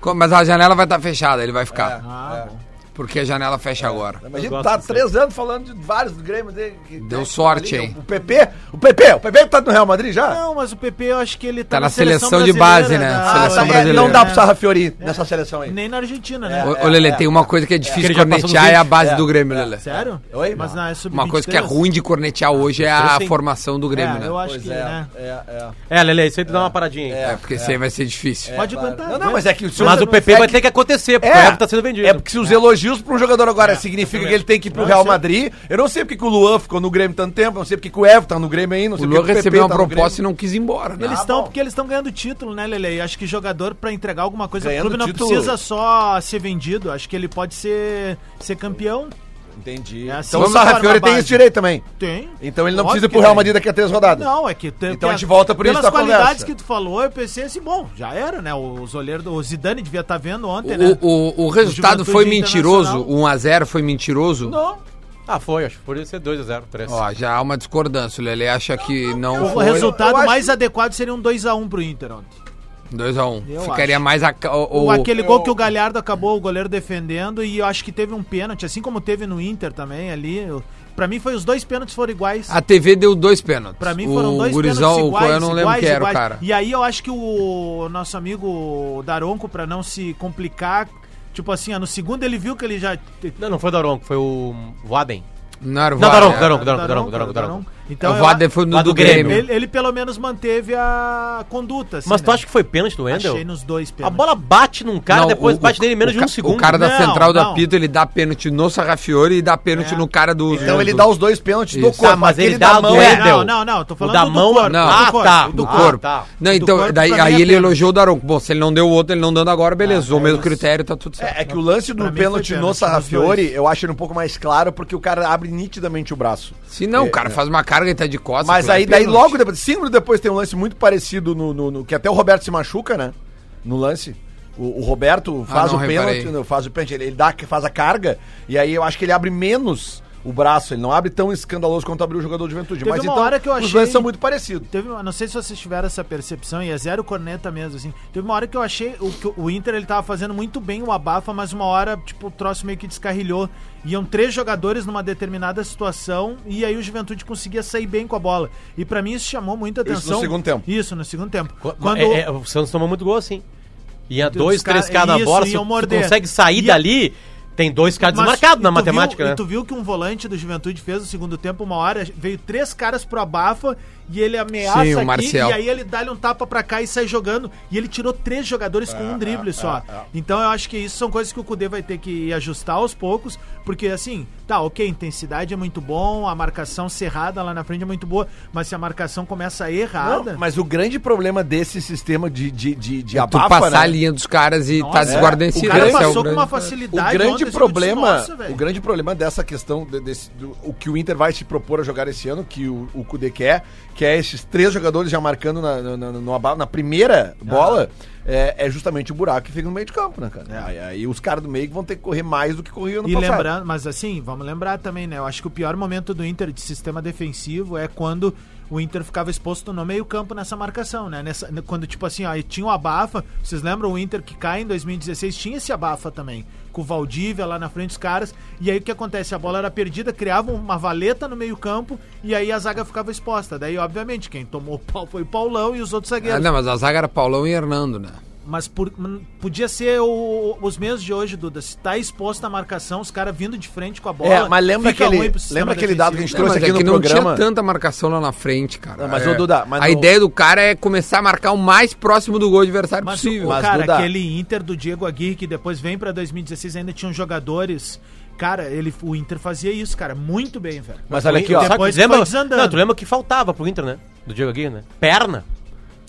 [SPEAKER 2] Co- Mas a janela vai estar fechada, ele vai ficar.
[SPEAKER 4] Ah, bom. É.
[SPEAKER 2] Porque a janela fecha agora.
[SPEAKER 3] não. Imagina,
[SPEAKER 5] Eu
[SPEAKER 3] tá há
[SPEAKER 5] gosto
[SPEAKER 3] três anos falando de vários do Grêmio dele. que-
[SPEAKER 2] Deu
[SPEAKER 3] que-
[SPEAKER 2] sorte,
[SPEAKER 3] ali,
[SPEAKER 2] hein?
[SPEAKER 3] O PP, o PP, o PP tá no Real Madrid já?
[SPEAKER 4] Não, mas o PP eu acho que ele
[SPEAKER 2] Tá na seleção de
[SPEAKER 4] brasileira
[SPEAKER 2] base, né?
[SPEAKER 4] da-
[SPEAKER 2] Seleção
[SPEAKER 4] Ah, é,
[SPEAKER 2] brasileira.
[SPEAKER 3] não dá pro Sarrafiori nessa seleção aí.
[SPEAKER 4] Nem na Argentina, né?
[SPEAKER 2] Ô, ô, Lelê, tem uma coisa que é difícil
[SPEAKER 5] Ele já passou
[SPEAKER 2] cornetear,
[SPEAKER 5] dos
[SPEAKER 2] é a base
[SPEAKER 3] é,
[SPEAKER 2] do Grêmio, Lelê.
[SPEAKER 4] Sério?
[SPEAKER 3] Oi?
[SPEAKER 4] Mas na sub
[SPEAKER 2] Uma coisa que é ruim de cornetear hoje é
[SPEAKER 5] Eu
[SPEAKER 2] a
[SPEAKER 5] sei.
[SPEAKER 2] formação do Grêmio,
[SPEAKER 4] É, eu
[SPEAKER 2] né?
[SPEAKER 4] acho
[SPEAKER 3] Pois
[SPEAKER 4] que,
[SPEAKER 3] é,
[SPEAKER 4] né?
[SPEAKER 3] é, é.
[SPEAKER 5] É, Lele, isso aí tu dá uma paradinha aí.
[SPEAKER 2] É, porque isso aí vai ser difícil.
[SPEAKER 4] Pode contar.
[SPEAKER 3] Não, não, mas é que o
[SPEAKER 5] Mas o PP vai ter que acontecer, porque o Everton tá sendo vendido.
[SPEAKER 3] É porque se os elogios para um jogador agora significam que ele tem que ir pro Real Madrid, eu não sei porque que o Luan ficou no Grêmio tanto tempo, não sei porque que o Everton tá no Grêmio aí, não
[SPEAKER 2] O
[SPEAKER 3] sei
[SPEAKER 2] Luan
[SPEAKER 3] porque que o
[SPEAKER 2] recebeu uma
[SPEAKER 3] tá no
[SPEAKER 2] proposta e
[SPEAKER 3] Grêmio.
[SPEAKER 2] não quis ir embora, né?
[SPEAKER 4] Eles estão,
[SPEAKER 3] bom.
[SPEAKER 4] porque eles estão ganhando título, né, Lele? E acho que jogador, pra entregar alguma coisa
[SPEAKER 3] Ganhando
[SPEAKER 4] pro clube, não
[SPEAKER 3] título.
[SPEAKER 4] precisa só ser vendido. Acho que ele pode ser, ser campeão.
[SPEAKER 3] Entendi.
[SPEAKER 4] É assim,
[SPEAKER 3] então o
[SPEAKER 4] vamos formar
[SPEAKER 3] Sarrafiori tem
[SPEAKER 4] base.
[SPEAKER 3] esse direito também.
[SPEAKER 4] Tem.
[SPEAKER 3] Então ele não
[SPEAKER 4] Óbvio
[SPEAKER 3] precisa ir pro
[SPEAKER 4] que
[SPEAKER 3] Real
[SPEAKER 4] tem.
[SPEAKER 3] Madrid daqui a três rodadas.
[SPEAKER 4] Não, é que tem,
[SPEAKER 3] Então a
[SPEAKER 4] tem
[SPEAKER 3] gente volta por isso
[SPEAKER 4] pelas
[SPEAKER 3] da
[SPEAKER 4] qualidades
[SPEAKER 3] conversa.
[SPEAKER 4] que tu falou, eu pensei assim, bom, já era, né? O Zoleiro, do- o Zidane devia estar vendo ontem, né?
[SPEAKER 2] O, o, o resultado
[SPEAKER 4] Juventude
[SPEAKER 2] foi mentiroso,
[SPEAKER 4] Internacional.
[SPEAKER 2] 1x0 foi mentiroso.
[SPEAKER 4] Não,
[SPEAKER 5] Ah, foi, acho. Podia ser 2x0, 3
[SPEAKER 2] Ó, já há uma discordância. O Lele acha que não
[SPEAKER 4] o
[SPEAKER 2] foi
[SPEAKER 4] resultado
[SPEAKER 3] eu acho
[SPEAKER 4] mais adequado seria um 2x1 pro Inter ontem.
[SPEAKER 2] 2x1.
[SPEAKER 4] Eu
[SPEAKER 2] Ficaria
[SPEAKER 4] acho.
[SPEAKER 2] mais a, ca- o,
[SPEAKER 4] Ou
[SPEAKER 2] o-
[SPEAKER 4] aquele gol que o Galhardo acabou o goleiro defendendo e eu acho que teve um pênalti, assim como teve no Inter também ali. Eu- Pra mim foi os dois pênaltis foram iguais.
[SPEAKER 2] A TV deu dois pênaltis.
[SPEAKER 4] Pra mim foram
[SPEAKER 2] Ah, o
[SPEAKER 4] dois
[SPEAKER 2] gurizão,
[SPEAKER 4] pênaltis
[SPEAKER 2] o
[SPEAKER 4] iguais,
[SPEAKER 2] Coelho, eu não lembro
[SPEAKER 4] iguais,
[SPEAKER 2] quem era o
[SPEAKER 4] iguais.
[SPEAKER 2] cara.
[SPEAKER 4] E aí eu acho que o nosso amigo Daronco, pra não se complicar, tipo assim, ah, no segundo ele viu que ele já...
[SPEAKER 5] Não, não foi o Daronco, foi o Voaden.
[SPEAKER 2] Não era o
[SPEAKER 5] Não,
[SPEAKER 2] VAR,
[SPEAKER 5] Daronco,
[SPEAKER 2] né?
[SPEAKER 5] Daronco, Daronco, Daronco, Daronco, Daronco.
[SPEAKER 4] Então,
[SPEAKER 2] o
[SPEAKER 4] eu
[SPEAKER 2] Vader
[SPEAKER 4] a-
[SPEAKER 2] foi no
[SPEAKER 5] lá
[SPEAKER 2] do,
[SPEAKER 5] do
[SPEAKER 2] Grêmio.
[SPEAKER 5] Grêmio.
[SPEAKER 4] ele, ele pelo menos manteve a conduta, assim,
[SPEAKER 5] Mas tu
[SPEAKER 4] né?
[SPEAKER 5] acha que foi pênalti do Wendel?
[SPEAKER 4] Achei nos dois pênaltis.
[SPEAKER 5] A bola bate num cara,
[SPEAKER 2] Não,
[SPEAKER 5] depois
[SPEAKER 2] o-
[SPEAKER 5] bate
[SPEAKER 2] o-
[SPEAKER 5] nele em menos
[SPEAKER 2] o
[SPEAKER 5] de um
[SPEAKER 2] ca-
[SPEAKER 5] segundo.
[SPEAKER 2] O cara da
[SPEAKER 4] Não,
[SPEAKER 2] central do
[SPEAKER 4] não.
[SPEAKER 2] apito, ele dá pênalti no Sarrafiori e dá pênalti
[SPEAKER 4] É.
[SPEAKER 2] no cara do...
[SPEAKER 3] Então
[SPEAKER 2] do-
[SPEAKER 3] ele dá os dois pênaltis do
[SPEAKER 2] Isso.
[SPEAKER 3] corpo.
[SPEAKER 4] Ah,
[SPEAKER 5] Tá, mas
[SPEAKER 3] aquele
[SPEAKER 5] ele dá
[SPEAKER 3] da
[SPEAKER 5] o
[SPEAKER 3] mão.
[SPEAKER 5] duelo.
[SPEAKER 3] é-
[SPEAKER 5] Wendel.
[SPEAKER 4] Não, não, não, tô falando
[SPEAKER 5] da
[SPEAKER 4] do
[SPEAKER 5] mão-
[SPEAKER 4] corpo,
[SPEAKER 2] Não.
[SPEAKER 4] do
[SPEAKER 2] Ah,
[SPEAKER 4] corpo,
[SPEAKER 5] tá,
[SPEAKER 4] do
[SPEAKER 2] do
[SPEAKER 5] Ah,
[SPEAKER 4] corpo.
[SPEAKER 2] corpo.
[SPEAKER 5] tá.
[SPEAKER 2] Não,
[SPEAKER 4] Do
[SPEAKER 2] então,
[SPEAKER 4] corpo
[SPEAKER 2] daí,
[SPEAKER 4] pra mim é
[SPEAKER 2] aí ele
[SPEAKER 4] pênalti.
[SPEAKER 2] elogiou o Daronco. Bom, se ele não deu o outro, ele não dando agora, beleza. o mesmo critério, tá tudo certo.
[SPEAKER 3] É, é que o lance
[SPEAKER 4] Pra
[SPEAKER 3] do
[SPEAKER 4] mim foi
[SPEAKER 3] pênalti
[SPEAKER 4] pênalti
[SPEAKER 3] no
[SPEAKER 4] nos
[SPEAKER 3] Sarrafiori,
[SPEAKER 4] dois.
[SPEAKER 3] eu acho ele um pouco mais claro, porque o cara abre nitidamente o braço.
[SPEAKER 2] Se não, o cara faz uma carga e tá de costas.
[SPEAKER 3] é, Mas
[SPEAKER 2] aquilo é
[SPEAKER 3] aí, daí
[SPEAKER 2] pênalti.
[SPEAKER 3] logo depois, cinco minutos depois tem um lance muito parecido no, no- no- que até o Roberto se machuca, né? No lance. O, o Roberto
[SPEAKER 2] Ah,
[SPEAKER 3] faz
[SPEAKER 2] não
[SPEAKER 3] o pênalti,
[SPEAKER 2] reparei.
[SPEAKER 3] não, faz o pênalti, ele, ele dá, faz a carga e aí eu acho que ele abre menos o braço, ele não abre tão escandaloso quanto abriu o jogador do Juventude.
[SPEAKER 4] Teve
[SPEAKER 3] mas
[SPEAKER 4] uma
[SPEAKER 3] então
[SPEAKER 4] hora que eu
[SPEAKER 3] os
[SPEAKER 4] achei-
[SPEAKER 3] lances são muito parecidos.
[SPEAKER 4] Teve uma- não sei se vocês tiveram essa percepção, e é zero corneta mesmo, assim. Teve uma hora que eu achei o, que o Inter ele tava fazendo muito bem o abafa, mas uma hora, tipo, o troço meio que descarrilhou. Iam três jogadores numa determinada situação, e aí o Juventude conseguia sair bem com a bola. E pra mim isso chamou muita
[SPEAKER 3] Isso no
[SPEAKER 4] atenção.
[SPEAKER 3] segundo tempo.
[SPEAKER 4] Isso, no segundo tempo.
[SPEAKER 5] Quando... É, é, o Santos tomou muito gol assim. Ia
[SPEAKER 4] Então,
[SPEAKER 5] dois,
[SPEAKER 4] os cara-
[SPEAKER 5] três K na
[SPEAKER 4] isso,
[SPEAKER 5] bola,
[SPEAKER 4] iam
[SPEAKER 5] se tu
[SPEAKER 4] morder.
[SPEAKER 5] consegue sair
[SPEAKER 4] Ia-
[SPEAKER 5] dali, Tem dois
[SPEAKER 3] Tá
[SPEAKER 5] caras
[SPEAKER 4] Mas
[SPEAKER 5] desmarcados
[SPEAKER 4] e
[SPEAKER 5] na
[SPEAKER 4] tu
[SPEAKER 5] matemática,
[SPEAKER 4] viu,
[SPEAKER 5] né?
[SPEAKER 4] E tu viu que um volante do Juventude fez no segundo tempo, uma hora, veio três caras pro abafa e ele ameaça
[SPEAKER 2] Sim, o
[SPEAKER 4] aqui,
[SPEAKER 2] Marcel.
[SPEAKER 4] e aí ele dá-lhe um tapa pra cá e sai jogando. E ele tirou três jogadores
[SPEAKER 3] É,
[SPEAKER 4] com um drible só. Então eu acho que isso são coisas que o Cudê vai ter que ajustar aos poucos, porque assim, tá, ok, a intensidade é muito bom, a marcação cerrada lá na frente é muito boa, mas se a marcação começa errada...
[SPEAKER 3] Não, mas o grande problema desse sistema de, de, de, de
[SPEAKER 2] Tu
[SPEAKER 3] abafa,
[SPEAKER 2] passar
[SPEAKER 3] né?
[SPEAKER 2] a linha dos caras e
[SPEAKER 4] Nossa,
[SPEAKER 2] tá
[SPEAKER 4] é.
[SPEAKER 2] desguarnecido.
[SPEAKER 4] o cara
[SPEAKER 2] esse é
[SPEAKER 4] passou com
[SPEAKER 2] grande-
[SPEAKER 4] uma facilidade
[SPEAKER 3] O grande
[SPEAKER 4] ontem, assim, eu disse,
[SPEAKER 3] problema,
[SPEAKER 4] "Nossa, velho."
[SPEAKER 3] o grande problema dessa questão de- desse- do, o que o Inter vai se propor a jogar esse ano, que o, o Kudê quer, que é esses três jogadores já marcando na, na, na- no abalo- na primeira bola,
[SPEAKER 4] Ah.
[SPEAKER 3] é, é justamente o buraco que fica no meio de campo, né, cara? Aí, aí os caras do meio que vão ter que correr mais do que corriam no
[SPEAKER 4] É. E
[SPEAKER 3] passado.
[SPEAKER 4] lembrando, mas assim, vamos lembrar também, né? Eu acho que o pior momento do Inter de sistema defensivo é quando o Inter ficava exposto no meio-campo nessa marcação, né? Nessa, quando, tipo assim, ó, e tinha o abafa. Vocês lembram o Inter que cai em 2016? Tinha esse abafa também. Com o Valdívia lá na frente dos caras. E aí o que acontece? A bola era perdida, criava uma valeta no meio-campo e aí a zaga ficava exposta. Daí, obviamente, quem tomou o pau foi o Paulão e os outros
[SPEAKER 2] Ah,
[SPEAKER 4] zagueiros.
[SPEAKER 2] não, mas a zaga era Paulão e Hernando, né?
[SPEAKER 4] Mas por- m- podia ser o- os meses de hoje, Duda. Se tá exposto à marcação, os caras vindo de frente com a bola.
[SPEAKER 3] É, mas lembra
[SPEAKER 4] fica
[SPEAKER 3] aquele-
[SPEAKER 4] ruim pro sistema
[SPEAKER 3] lembra aquele dado que a gente
[SPEAKER 4] defensivo.
[SPEAKER 3] trouxe
[SPEAKER 2] mas
[SPEAKER 3] aqui
[SPEAKER 2] é que
[SPEAKER 3] no
[SPEAKER 2] não
[SPEAKER 3] programa.
[SPEAKER 2] tinha tanta marcação lá na frente, cara.
[SPEAKER 3] Não, mas,
[SPEAKER 2] é.
[SPEAKER 3] ô, Duda, mas
[SPEAKER 2] a
[SPEAKER 3] não-
[SPEAKER 2] ideia do cara é começar a marcar o mais próximo do gol adversário
[SPEAKER 4] né? Mas,
[SPEAKER 2] possível.
[SPEAKER 4] o
[SPEAKER 3] é Mas,
[SPEAKER 4] cara,
[SPEAKER 3] Duda-
[SPEAKER 4] aquele Inter do Diego Aguirre, que depois vem pra 2016, ainda tinham jogadores. Cara, ele, o Inter fazia isso, cara, muito bem, velho.
[SPEAKER 3] Mas olha aqui, ó.
[SPEAKER 5] Só que
[SPEAKER 4] Depois
[SPEAKER 5] tu lembra,
[SPEAKER 4] foi desandando.
[SPEAKER 5] não, tu lembra o que faltava pro Inter, né? Do Diego Aguirre, né? Perna.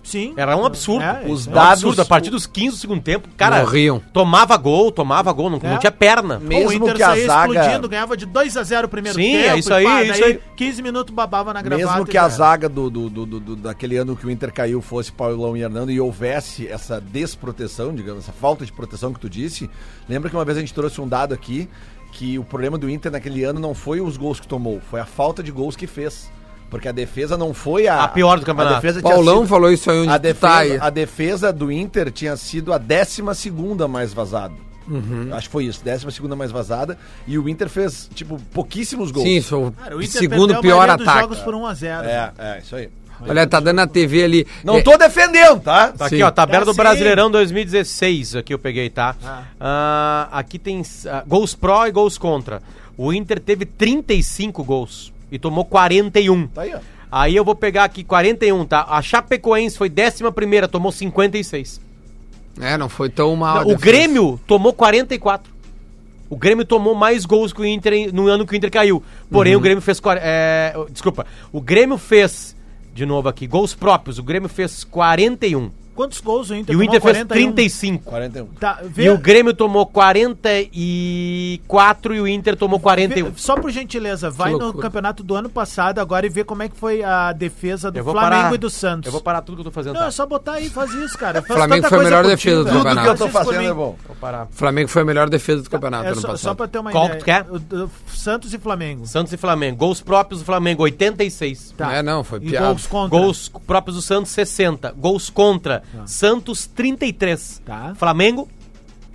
[SPEAKER 4] Sim.
[SPEAKER 5] Era um absurdo.
[SPEAKER 4] É,
[SPEAKER 3] Os
[SPEAKER 4] isso é.
[SPEAKER 5] Era um
[SPEAKER 3] dados-
[SPEAKER 5] absurdo. A partir dos 15 do segundo tempo, cara,
[SPEAKER 2] Morriam.
[SPEAKER 5] tomava gol, tomava gol, não, não
[SPEAKER 4] É.
[SPEAKER 5] tinha perna.
[SPEAKER 4] o
[SPEAKER 3] Mesmo
[SPEAKER 4] Inter
[SPEAKER 3] que a
[SPEAKER 4] saía
[SPEAKER 3] zaga-
[SPEAKER 4] explodindo, ganhava de 2 a 0 o primeiro
[SPEAKER 5] Sim,
[SPEAKER 4] tempo.
[SPEAKER 5] é isso
[SPEAKER 4] e
[SPEAKER 5] aí,
[SPEAKER 4] pá,
[SPEAKER 5] é isso
[SPEAKER 4] daí
[SPEAKER 5] aí.
[SPEAKER 4] 15 minutos babava na gravata.
[SPEAKER 3] Mesmo
[SPEAKER 4] e
[SPEAKER 3] que a
[SPEAKER 4] já era.
[SPEAKER 3] zaga do, do- do- do- do- daquele ano que o Inter caiu fosse Paulão e Hernando e houvesse essa desproteção, digamos, essa falta de proteção que tu disse, lembra que uma vez a gente trouxe um dado aqui que o problema do Inter naquele ano não foi os gols que tomou, foi a falta de gols que fez. Porque a defesa não foi a.
[SPEAKER 5] A pior do campeonato.
[SPEAKER 3] A defesa tinha
[SPEAKER 2] Paulão
[SPEAKER 3] sido-
[SPEAKER 2] falou isso aí onde
[SPEAKER 3] a
[SPEAKER 2] tu tá aí.
[SPEAKER 3] defesa, a defesa do Inter tinha sido a 12 segunda mais vazada.
[SPEAKER 2] Uhum.
[SPEAKER 3] Acho que foi isso, 12 segunda mais vazada. E o Inter fez, tipo, pouquíssimos gols.
[SPEAKER 2] Sim, sou
[SPEAKER 4] Cara,
[SPEAKER 2] o
[SPEAKER 4] o Inter perdeu
[SPEAKER 2] segundo
[SPEAKER 4] a
[SPEAKER 2] pior
[SPEAKER 4] maioria dos
[SPEAKER 2] ataque.
[SPEAKER 4] jogos por 1 a 0
[SPEAKER 3] É, é, isso aí.
[SPEAKER 2] Olha, tá dando na TV ali.
[SPEAKER 3] Não
[SPEAKER 2] É,
[SPEAKER 3] tô defendendo, tá?
[SPEAKER 5] Tá
[SPEAKER 2] Sim.
[SPEAKER 5] aqui, ó, tabela
[SPEAKER 4] Tá
[SPEAKER 5] do
[SPEAKER 4] sim.
[SPEAKER 5] Brasileirão 2016, aqui eu peguei, tá? Ah, aqui tem ah, gols pró e gols contra. O Inter teve 35 gols e tomou 41.
[SPEAKER 3] Tá aí, ó.
[SPEAKER 5] Aí eu vou pegar aqui 41, tá? A Chapecoense foi 11ª, tomou 56.
[SPEAKER 2] É, não foi tão mal. a
[SPEAKER 5] o
[SPEAKER 2] defesa.
[SPEAKER 5] Grêmio tomou 44. O Grêmio tomou mais gols que o Inter em- no ano que o Inter caiu.
[SPEAKER 4] Uhum.
[SPEAKER 5] Porém, o Grêmio fez. quar- É, desculpa. O Grêmio fez, de novo aqui, gols próprios. O Grêmio fez 41.
[SPEAKER 4] Quantos gols o Inter
[SPEAKER 5] E o Inter fez
[SPEAKER 4] 41?
[SPEAKER 5] 35.
[SPEAKER 3] 41.
[SPEAKER 4] Tá, um. vê,
[SPEAKER 5] E o Grêmio tomou 44 e o Inter tomou
[SPEAKER 4] vê-
[SPEAKER 5] 41.
[SPEAKER 4] só por gentileza, vai no
[SPEAKER 2] loucura.
[SPEAKER 4] campeonato do ano passado agora e vê como é que foi a defesa do
[SPEAKER 5] Eu vou
[SPEAKER 4] Flamengo
[SPEAKER 5] parar-
[SPEAKER 4] e do Santos.
[SPEAKER 5] Eu vou parar tudo que eu tô fazendo.
[SPEAKER 4] Não,
[SPEAKER 5] tá?
[SPEAKER 4] é só botar aí, faz isso, cara. Faz
[SPEAKER 2] Flamengo
[SPEAKER 4] tanta
[SPEAKER 2] foi a
[SPEAKER 4] coisa
[SPEAKER 2] melhor
[SPEAKER 4] por
[SPEAKER 2] defesa
[SPEAKER 4] ti,
[SPEAKER 2] do
[SPEAKER 4] velho.
[SPEAKER 3] Tudo que eu
[SPEAKER 2] campeonato.
[SPEAKER 3] tô
[SPEAKER 4] Faz isso por
[SPEAKER 3] fazendo
[SPEAKER 4] mim.
[SPEAKER 3] é bom.
[SPEAKER 5] Vou parar.
[SPEAKER 2] Flamengo foi a melhor defesa do campeonato
[SPEAKER 4] É
[SPEAKER 2] ano
[SPEAKER 4] só,
[SPEAKER 2] passado.
[SPEAKER 4] só pra ter uma
[SPEAKER 5] Qual
[SPEAKER 4] ideia.
[SPEAKER 5] que tu quer?
[SPEAKER 4] O, do- Santos e Flamengo.
[SPEAKER 5] Santos e Flamengo. Gols próprios do Flamengo, 86.
[SPEAKER 4] Tá.
[SPEAKER 2] É, não, foi
[SPEAKER 4] e
[SPEAKER 2] piada.
[SPEAKER 4] gols contra.
[SPEAKER 5] Gols próprios do Santos, 60. Gols contra, Santos, 33.
[SPEAKER 4] Tá.
[SPEAKER 5] Flamengo,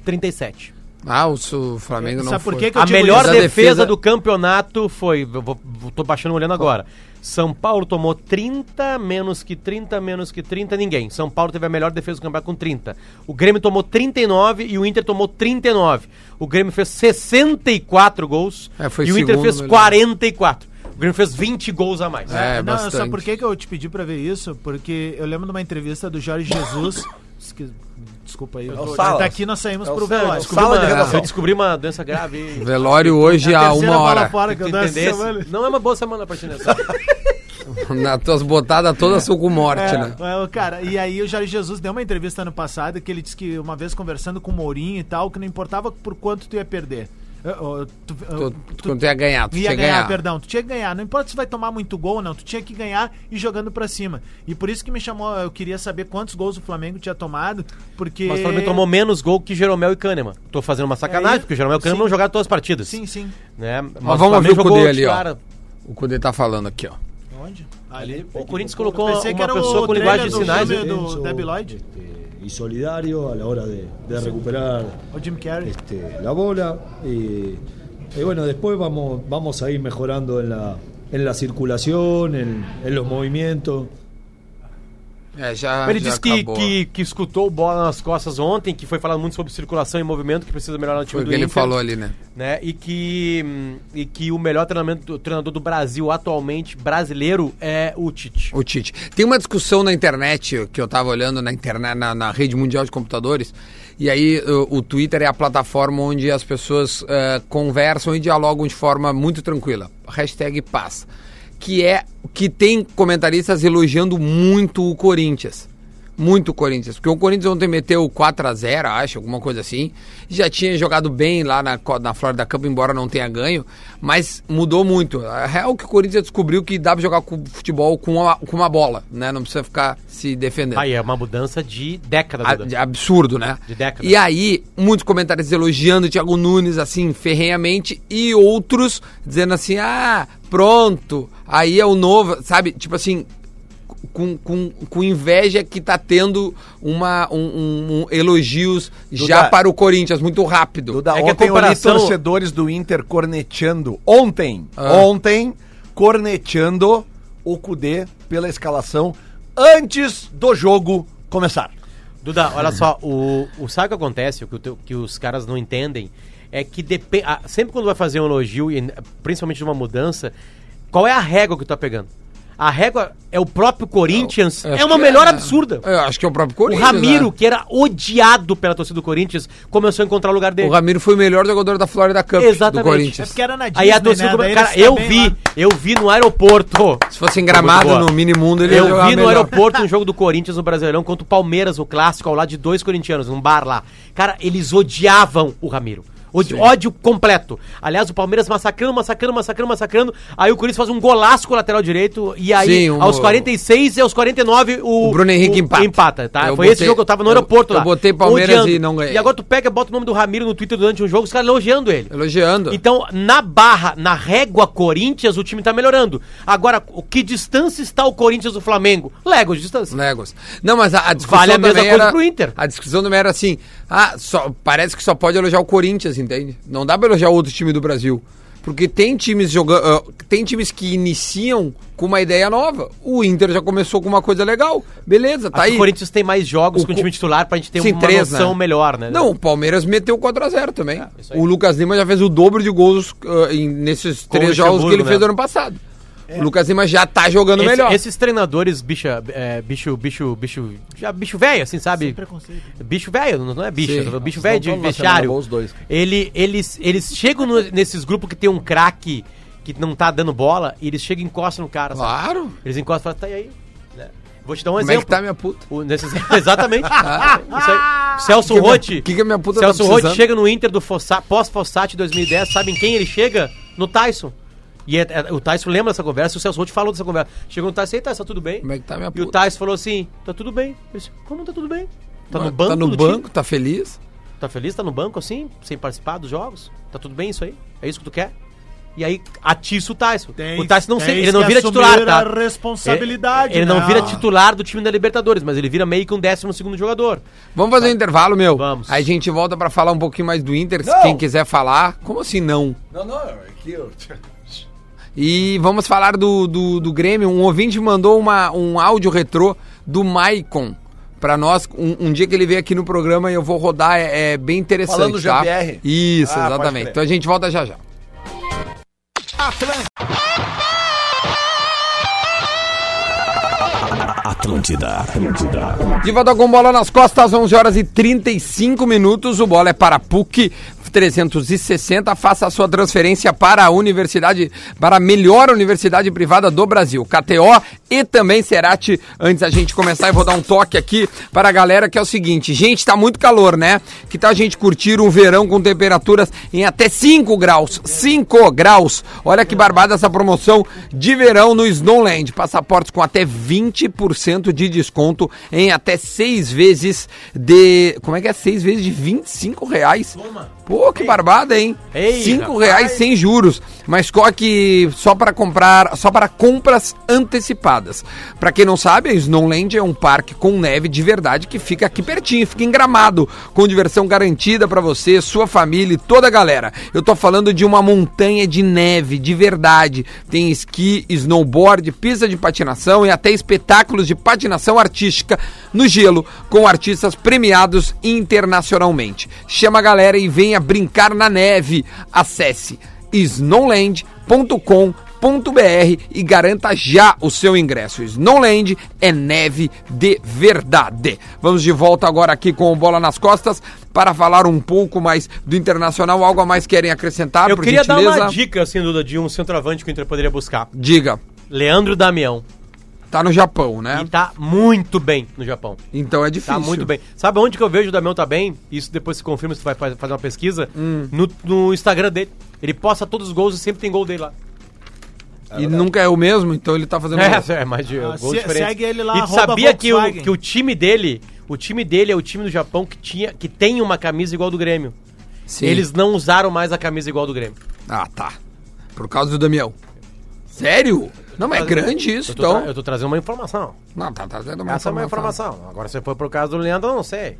[SPEAKER 5] 37.
[SPEAKER 2] Ah, o Sul- o Flamengo não
[SPEAKER 4] É, Sabe
[SPEAKER 2] foi.
[SPEAKER 4] por que que eu
[SPEAKER 5] A
[SPEAKER 4] digo
[SPEAKER 5] melhor
[SPEAKER 4] isso?
[SPEAKER 2] da
[SPEAKER 5] defesa,
[SPEAKER 2] defesa-
[SPEAKER 5] do campeonato foi. eu vou- vou- tô baixando olhando agora. São Paulo tomou 30, menos que 30, menos que 30, ninguém. São Paulo teve a melhor defesa do campeonato com 30. O Grêmio tomou 39 e o Inter tomou 39. O Grêmio fez 64 gols
[SPEAKER 2] É, foi
[SPEAKER 5] e o Inter
[SPEAKER 2] segundo
[SPEAKER 5] fez
[SPEAKER 2] melhor.
[SPEAKER 5] 44. O Grêmio fez 20 gols a mais.
[SPEAKER 2] É,
[SPEAKER 4] não,
[SPEAKER 2] bastante.
[SPEAKER 4] sabe por que, que eu te pedi pra ver isso? Porque eu lembro de uma entrevista do Jorge Jesus. Esque- Desculpa aí. eu tô-
[SPEAKER 3] Salas.
[SPEAKER 4] Daqui nós saímos
[SPEAKER 3] É o
[SPEAKER 4] pro
[SPEAKER 3] Salas.
[SPEAKER 4] velório.
[SPEAKER 3] Desculpa, Sala de
[SPEAKER 5] Uma-
[SPEAKER 3] redação.
[SPEAKER 5] eu descobri uma doença grave.
[SPEAKER 2] Velório hoje
[SPEAKER 4] A
[SPEAKER 2] a
[SPEAKER 4] terceira
[SPEAKER 2] uma
[SPEAKER 4] bola
[SPEAKER 2] hora.
[SPEAKER 4] fora que
[SPEAKER 5] Tu
[SPEAKER 4] eu dou essa
[SPEAKER 5] entendesse?
[SPEAKER 4] semana.
[SPEAKER 5] Não é uma boa semana pra ti, né? Só-
[SPEAKER 2] Nas tuas botadas todas são com morte, né?
[SPEAKER 4] É, o cara, e aí o Jorge Jesus deu uma entrevista ano passado que ele disse que uma vez conversando com o Mourinho e tal, que não importava por quanto tu ia perder. Eh, oh, tu-
[SPEAKER 2] Tu,
[SPEAKER 4] eh,
[SPEAKER 2] tu, tu ia ganhar, tu
[SPEAKER 4] ia
[SPEAKER 2] ia
[SPEAKER 4] ganhar,
[SPEAKER 2] ganhar.
[SPEAKER 4] perdão. Tu tinha que ganhar. Não importa se vai tomar muito gol ou não. Tu tinha que ganhar e jogando pra cima. E por isso que me chamou. Eu queria saber quantos gols o Flamengo tinha tomado. Porque.
[SPEAKER 5] Mas o Flamengo tomou menos gol que Jeromel e Kahneman. Tô fazendo uma sacanagem,
[SPEAKER 4] É,
[SPEAKER 5] porque o Jeromel e o Kahneman
[SPEAKER 4] sim.
[SPEAKER 5] não jogaram todas as partidas.
[SPEAKER 4] Sim, sim.
[SPEAKER 5] Né? Mas,
[SPEAKER 2] vamos
[SPEAKER 5] Flamengo
[SPEAKER 2] ouvir o
[SPEAKER 5] jogou
[SPEAKER 2] Cudê ali, ó.
[SPEAKER 5] titular.
[SPEAKER 2] O Cudê tá falando aqui, ó.
[SPEAKER 4] Onde?
[SPEAKER 5] O Corinthians colocou
[SPEAKER 4] Pensei que
[SPEAKER 5] uma
[SPEAKER 4] era o
[SPEAKER 5] pessoa com
[SPEAKER 4] trailer
[SPEAKER 5] linguagem de
[SPEAKER 4] do
[SPEAKER 5] sinais.
[SPEAKER 4] filme.
[SPEAKER 5] hein?
[SPEAKER 4] do
[SPEAKER 6] Intenso,
[SPEAKER 4] Debbie Lloyd.
[SPEAKER 6] este, y solidario a la hora de, de recuperar
[SPEAKER 4] O Jim Carrey.
[SPEAKER 6] este, la bola. Y, y bueno, después vamos, vamos a ir mejorando en la, en la circulación, en, en los movimientos.
[SPEAKER 2] É, já.
[SPEAKER 5] Ele
[SPEAKER 2] já
[SPEAKER 5] disse que,
[SPEAKER 2] acabou.
[SPEAKER 5] que, que escutou o bola nas costas ontem, que foi falando muito sobre circulação e movimento, que precisa melhorar no
[SPEAKER 2] Foi
[SPEAKER 5] time
[SPEAKER 2] o
[SPEAKER 5] do
[SPEAKER 2] que ele
[SPEAKER 5] Inter.
[SPEAKER 2] falou ali, né?
[SPEAKER 5] né? E que, hum, e que o melhor treinamento, o treinador do Brasil atualmente, brasileiro, é o Tite.
[SPEAKER 2] O Tite. Tem uma discussão na internet que eu tava olhando na internet, na, na rede mundial de computadores, e aí o, o Twitter é a plataforma onde as pessoas eh, conversam e dialogam de forma muito tranquila. Hashtag paz. Que é que tem comentaristas elogiando muito o Corinthians. Muito o Corinthians. Porque o Corinthians ontem meteu 4x0, acho, alguma coisa assim. Já tinha jogado bem lá na, co- na Florida Cup, embora não tenha ganho. Mas mudou muito. A real é que o Corinthians descobriu que dá pra jogar com futebol com uma, com uma bola, né? Não precisa ficar se defendendo.
[SPEAKER 5] Aí é uma mudança de década.
[SPEAKER 2] A-
[SPEAKER 5] Duda.
[SPEAKER 2] Ah, de- absurdo, né?
[SPEAKER 5] De década.
[SPEAKER 2] E aí, muitos comentários elogiando o Thiago Nunes, assim, ferrenhamente, e outros dizendo assim, ah, pronto, aí é o novo, sabe? Tipo assim, com, com, com inveja que tá tendo uma, um, um- um- elogios já para o Corinthians, muito rápido.
[SPEAKER 3] Duda,
[SPEAKER 5] É que a
[SPEAKER 3] ontem
[SPEAKER 5] comparação-
[SPEAKER 3] eu li torcedores do Inter corneteando. Ontem,
[SPEAKER 2] Ah.
[SPEAKER 3] ontem, corneteando o Cudê pela escalação antes do jogo começar.
[SPEAKER 5] Duda, olha só, o, o sabe o que acontece, o que, o teu- que os caras não entendem, é que depende. Sempre quando vai fazer um elogio, e principalmente numa mudança, qual é a régua que tu tá pegando? A régua é o próprio Corinthians,
[SPEAKER 2] Eu acho
[SPEAKER 5] é uma
[SPEAKER 2] que
[SPEAKER 5] melhora absurda.
[SPEAKER 2] Eu acho que é o próprio
[SPEAKER 5] O
[SPEAKER 2] Corinthians.
[SPEAKER 5] Ramiro,
[SPEAKER 2] né?
[SPEAKER 5] que era odiado pela torcida do Corinthians, começou a encontrar o lugar dele.
[SPEAKER 2] O Ramiro foi o melhor jogador da Florida Cup
[SPEAKER 5] Exatamente.
[SPEAKER 2] do
[SPEAKER 5] É
[SPEAKER 2] Corinthians.
[SPEAKER 4] É era na né?
[SPEAKER 5] Aí a torcida. come-
[SPEAKER 4] Daí
[SPEAKER 5] Cara,
[SPEAKER 4] eles
[SPEAKER 5] eu
[SPEAKER 4] também
[SPEAKER 5] vi,
[SPEAKER 4] lá-
[SPEAKER 5] eu vi no aeroporto.
[SPEAKER 2] Se fosse
[SPEAKER 5] Foi
[SPEAKER 2] engramado
[SPEAKER 5] muito boa.
[SPEAKER 2] no mini-mundo, ele ia
[SPEAKER 5] Eu
[SPEAKER 2] jogar
[SPEAKER 5] vi no
[SPEAKER 2] melhor.
[SPEAKER 5] aeroporto um jogo do Corinthians no Brasileirão contra o Palmeiras, o clássico, ao lado de dois corintianos, num bar lá. Cara, eles odiavam o Ramiro. Ódio, ódio completo. Aliás, o Palmeiras massacrando, massacrando, massacrando, massacrando. Aí o Corinthians faz um golaço com o lateral direito. E aí,
[SPEAKER 2] Sim, um-
[SPEAKER 5] aos 46 e aos 49, o,
[SPEAKER 2] O Bruno Henrique empata.
[SPEAKER 5] tá?
[SPEAKER 2] Eu
[SPEAKER 5] Foi esse
[SPEAKER 2] botei-
[SPEAKER 5] jogo que eu tava no
[SPEAKER 2] eu-
[SPEAKER 5] aeroporto
[SPEAKER 2] eu
[SPEAKER 5] lá.
[SPEAKER 2] botei Palmeiras e não ganhei.
[SPEAKER 5] E agora tu pega, bota o nome do Ramiro no Twitter durante um jogo, os caras elogiando ele.
[SPEAKER 2] Elogiando.
[SPEAKER 5] Então, na barra, na régua Corinthians, o time tá melhorando. Agora, o que distância está o Corinthians do Flamengo? Legos de distância.
[SPEAKER 2] Legos. Não, mas a, a discussão
[SPEAKER 5] Vale a mesma
[SPEAKER 2] também
[SPEAKER 5] coisa
[SPEAKER 2] era,
[SPEAKER 5] pro Inter.
[SPEAKER 2] A discussão também era assim, ah, só, parece que só pode elogiar o Corinthians, entende? Não dá pra elogiar outro time do Brasil. Porque tem times jogando. tem times que iniciam com uma ideia nova. O Inter já começou com uma coisa legal. Beleza, tá
[SPEAKER 5] Acho que
[SPEAKER 2] aí.
[SPEAKER 5] o Corinthians tem mais jogos
[SPEAKER 2] O
[SPEAKER 5] com o
[SPEAKER 2] co-
[SPEAKER 5] time titular pra gente ter
[SPEAKER 2] Sim,
[SPEAKER 5] uma
[SPEAKER 2] três,
[SPEAKER 5] noção melhor, né? É,
[SPEAKER 2] Não, o Palmeiras meteu 4x0 também.
[SPEAKER 5] isso aí.
[SPEAKER 2] o Lucas Lima já fez o dobro de gols ah, em- nesses
[SPEAKER 5] Com o
[SPEAKER 2] três jogos que
[SPEAKER 5] Luxemburgo,
[SPEAKER 2] ele fez
[SPEAKER 5] né? É.
[SPEAKER 2] do ano passado. O Lucas Lima já tá jogando
[SPEAKER 5] Esse-
[SPEAKER 2] melhor.
[SPEAKER 5] Esses treinadores, bicha, é, bicho, bicho, bicho, já bicho velho, assim, sabe?
[SPEAKER 4] Preconceito.
[SPEAKER 5] Bicho velho, não não é bicho,
[SPEAKER 2] Sim.
[SPEAKER 5] bicho velho de
[SPEAKER 3] Vocês não tão na
[SPEAKER 5] vestiário.
[SPEAKER 3] semana boa os dois.
[SPEAKER 5] Ele, eles, eles chegam no- nesses grupos que tem um craque que não tá dando bola, e eles chegam e encostam no cara, sabe?
[SPEAKER 2] Claro.
[SPEAKER 5] Eles encostam e falam, tá e aí? né? Vou te dar um
[SPEAKER 2] Como é
[SPEAKER 5] exemplo.
[SPEAKER 2] que tá minha puta?
[SPEAKER 5] O- nesses- exatamente. Isso aí. O Celso
[SPEAKER 2] Que que-
[SPEAKER 5] Rotti.
[SPEAKER 2] que que a minha puta tá
[SPEAKER 5] Celso Rotti
[SPEAKER 2] precisando?
[SPEAKER 5] chega no Inter do Fossa- pós-Fossati 2010. Sabe em quem ele chega? No Tyson. E é- é- o Tyson lembra dessa conversa, o Celso Rotti falou dessa conversa. Chegou no Tyson e aí, Tyson, tá tudo bem?
[SPEAKER 2] Como é que tá minha
[SPEAKER 5] E o
[SPEAKER 2] puta?
[SPEAKER 5] Tyson falou assim: tá tudo bem. Eu disse, Como tá tudo bem? Tá no banco?
[SPEAKER 2] Tá no
[SPEAKER 5] do time?
[SPEAKER 2] banco, tá feliz?
[SPEAKER 5] Tá feliz? Tá no banco assim? Sem participar dos jogos? Tá tudo bem isso aí? É isso que tu quer? E aí atiça o Tyson.
[SPEAKER 4] Tem-
[SPEAKER 5] o Tyson não
[SPEAKER 4] tem
[SPEAKER 5] se- ele
[SPEAKER 4] que
[SPEAKER 5] não vira
[SPEAKER 4] assumir
[SPEAKER 5] titular, tá? É,
[SPEAKER 4] a responsabilidade,
[SPEAKER 5] Ele, ele não
[SPEAKER 4] né?
[SPEAKER 5] vira titular do time da Libertadores, mas ele vira meio que um décimo segundo jogador.
[SPEAKER 2] Vamos fazer um intervalo, meu?
[SPEAKER 5] Tá. Vamos.
[SPEAKER 2] Aí a gente volta pra falar um pouquinho mais do Inter, se
[SPEAKER 3] Não.
[SPEAKER 2] quem quiser falar. Como assim não?
[SPEAKER 3] Não, não, é que eu...
[SPEAKER 2] E vamos falar do, do, do Grêmio. Um ouvinte mandou uma, um áudio retrô do Maicon pra nós. Um, um dia que ele veio aqui no programa e eu vou rodar, é, é bem interessante,
[SPEAKER 3] Falando do
[SPEAKER 2] tá?
[SPEAKER 3] GBR?
[SPEAKER 2] Isso,
[SPEAKER 3] Ah, pode
[SPEAKER 2] exatamente.
[SPEAKER 3] crer.
[SPEAKER 2] Então a gente volta já já.
[SPEAKER 1] Atlântida, Atlântida, Atlântida.
[SPEAKER 2] De volta com bola nas costas, 11 horas e 35 minutos. O bola é para PUC 360. Faça a sua transferência para a universidade, para a melhor universidade privada do Brasil, KTO e também Serati. Antes da gente começar, eu vou dar um toque aqui para a galera que é o seguinte: gente, tá muito calor, né? Que tal a gente curtir um verão com temperaturas em até 5 graus? 5 graus! Olha que barbada essa promoção de verão no Snowland. Passaportes com até 20% de desconto em até seis vezes de. Como é que é? seis vezes de 25 reais? Pô, que barbada, hein?
[SPEAKER 5] Ei,
[SPEAKER 2] Cinco reais sem juros. Mas coque só para comprar, só para compras antecipadas. Para quem não sabe, a Snowland é um parque com neve de verdade que fica aqui pertinho, fica em Gramado, com diversão garantida para você, sua família e toda a galera. Eu tô falando de uma montanha de neve de verdade. Tem esqui, snowboard, pista de patinação e até espetáculos de patinação artística no gelo com artistas premiados internacionalmente. Chama a galera e venha brincar na neve. Acesse snowland.com.br e garanta já o seu ingresso. Snowland é neve de verdade. Vamos de volta agora aqui com o Bola nas Costas para falar um pouco mais do Internacional. Algo a mais querem acrescentar,
[SPEAKER 5] Eu queria dar uma dica, sem dúvida, de um centroavante que o Inter poderia buscar.
[SPEAKER 2] Diga,
[SPEAKER 5] Leandro Damião.
[SPEAKER 2] tá no Japão, né?
[SPEAKER 5] E tá muito bem no Japão.
[SPEAKER 2] Então é difícil.
[SPEAKER 5] Tá muito bem. Sabe onde que eu vejo o Damião tá bem? Isso depois se confirma se tu vai faz- fazer uma pesquisa. No, no Instagram dele. Ele posta todos os gols e sempre tem gol dele lá.
[SPEAKER 2] E nunca é o mesmo, então ele tá fazendo.
[SPEAKER 5] É, é mais de
[SPEAKER 4] Ah,
[SPEAKER 5] gols
[SPEAKER 4] se-
[SPEAKER 5] diferentes.
[SPEAKER 4] segue ele lá,
[SPEAKER 5] E tu
[SPEAKER 4] arroba
[SPEAKER 5] sabia que o,
[SPEAKER 4] Volkswagen.
[SPEAKER 5] que o time dele, o time dele é o time do Japão que, tinha, que tem uma camisa igual do Grêmio.
[SPEAKER 2] Sim.
[SPEAKER 5] Eles não usaram mais a camisa igual do Grêmio.
[SPEAKER 2] Ah, tá. Por causa do Damião. Sério? Não, mas é grande isso,
[SPEAKER 5] Eu tô, tra-
[SPEAKER 2] então.
[SPEAKER 5] eu tô trazendo uma informação.
[SPEAKER 2] Não, tá trazendo uma
[SPEAKER 5] Essa é uma informação. Agora, se for pro caso do Leandro, eu não sei.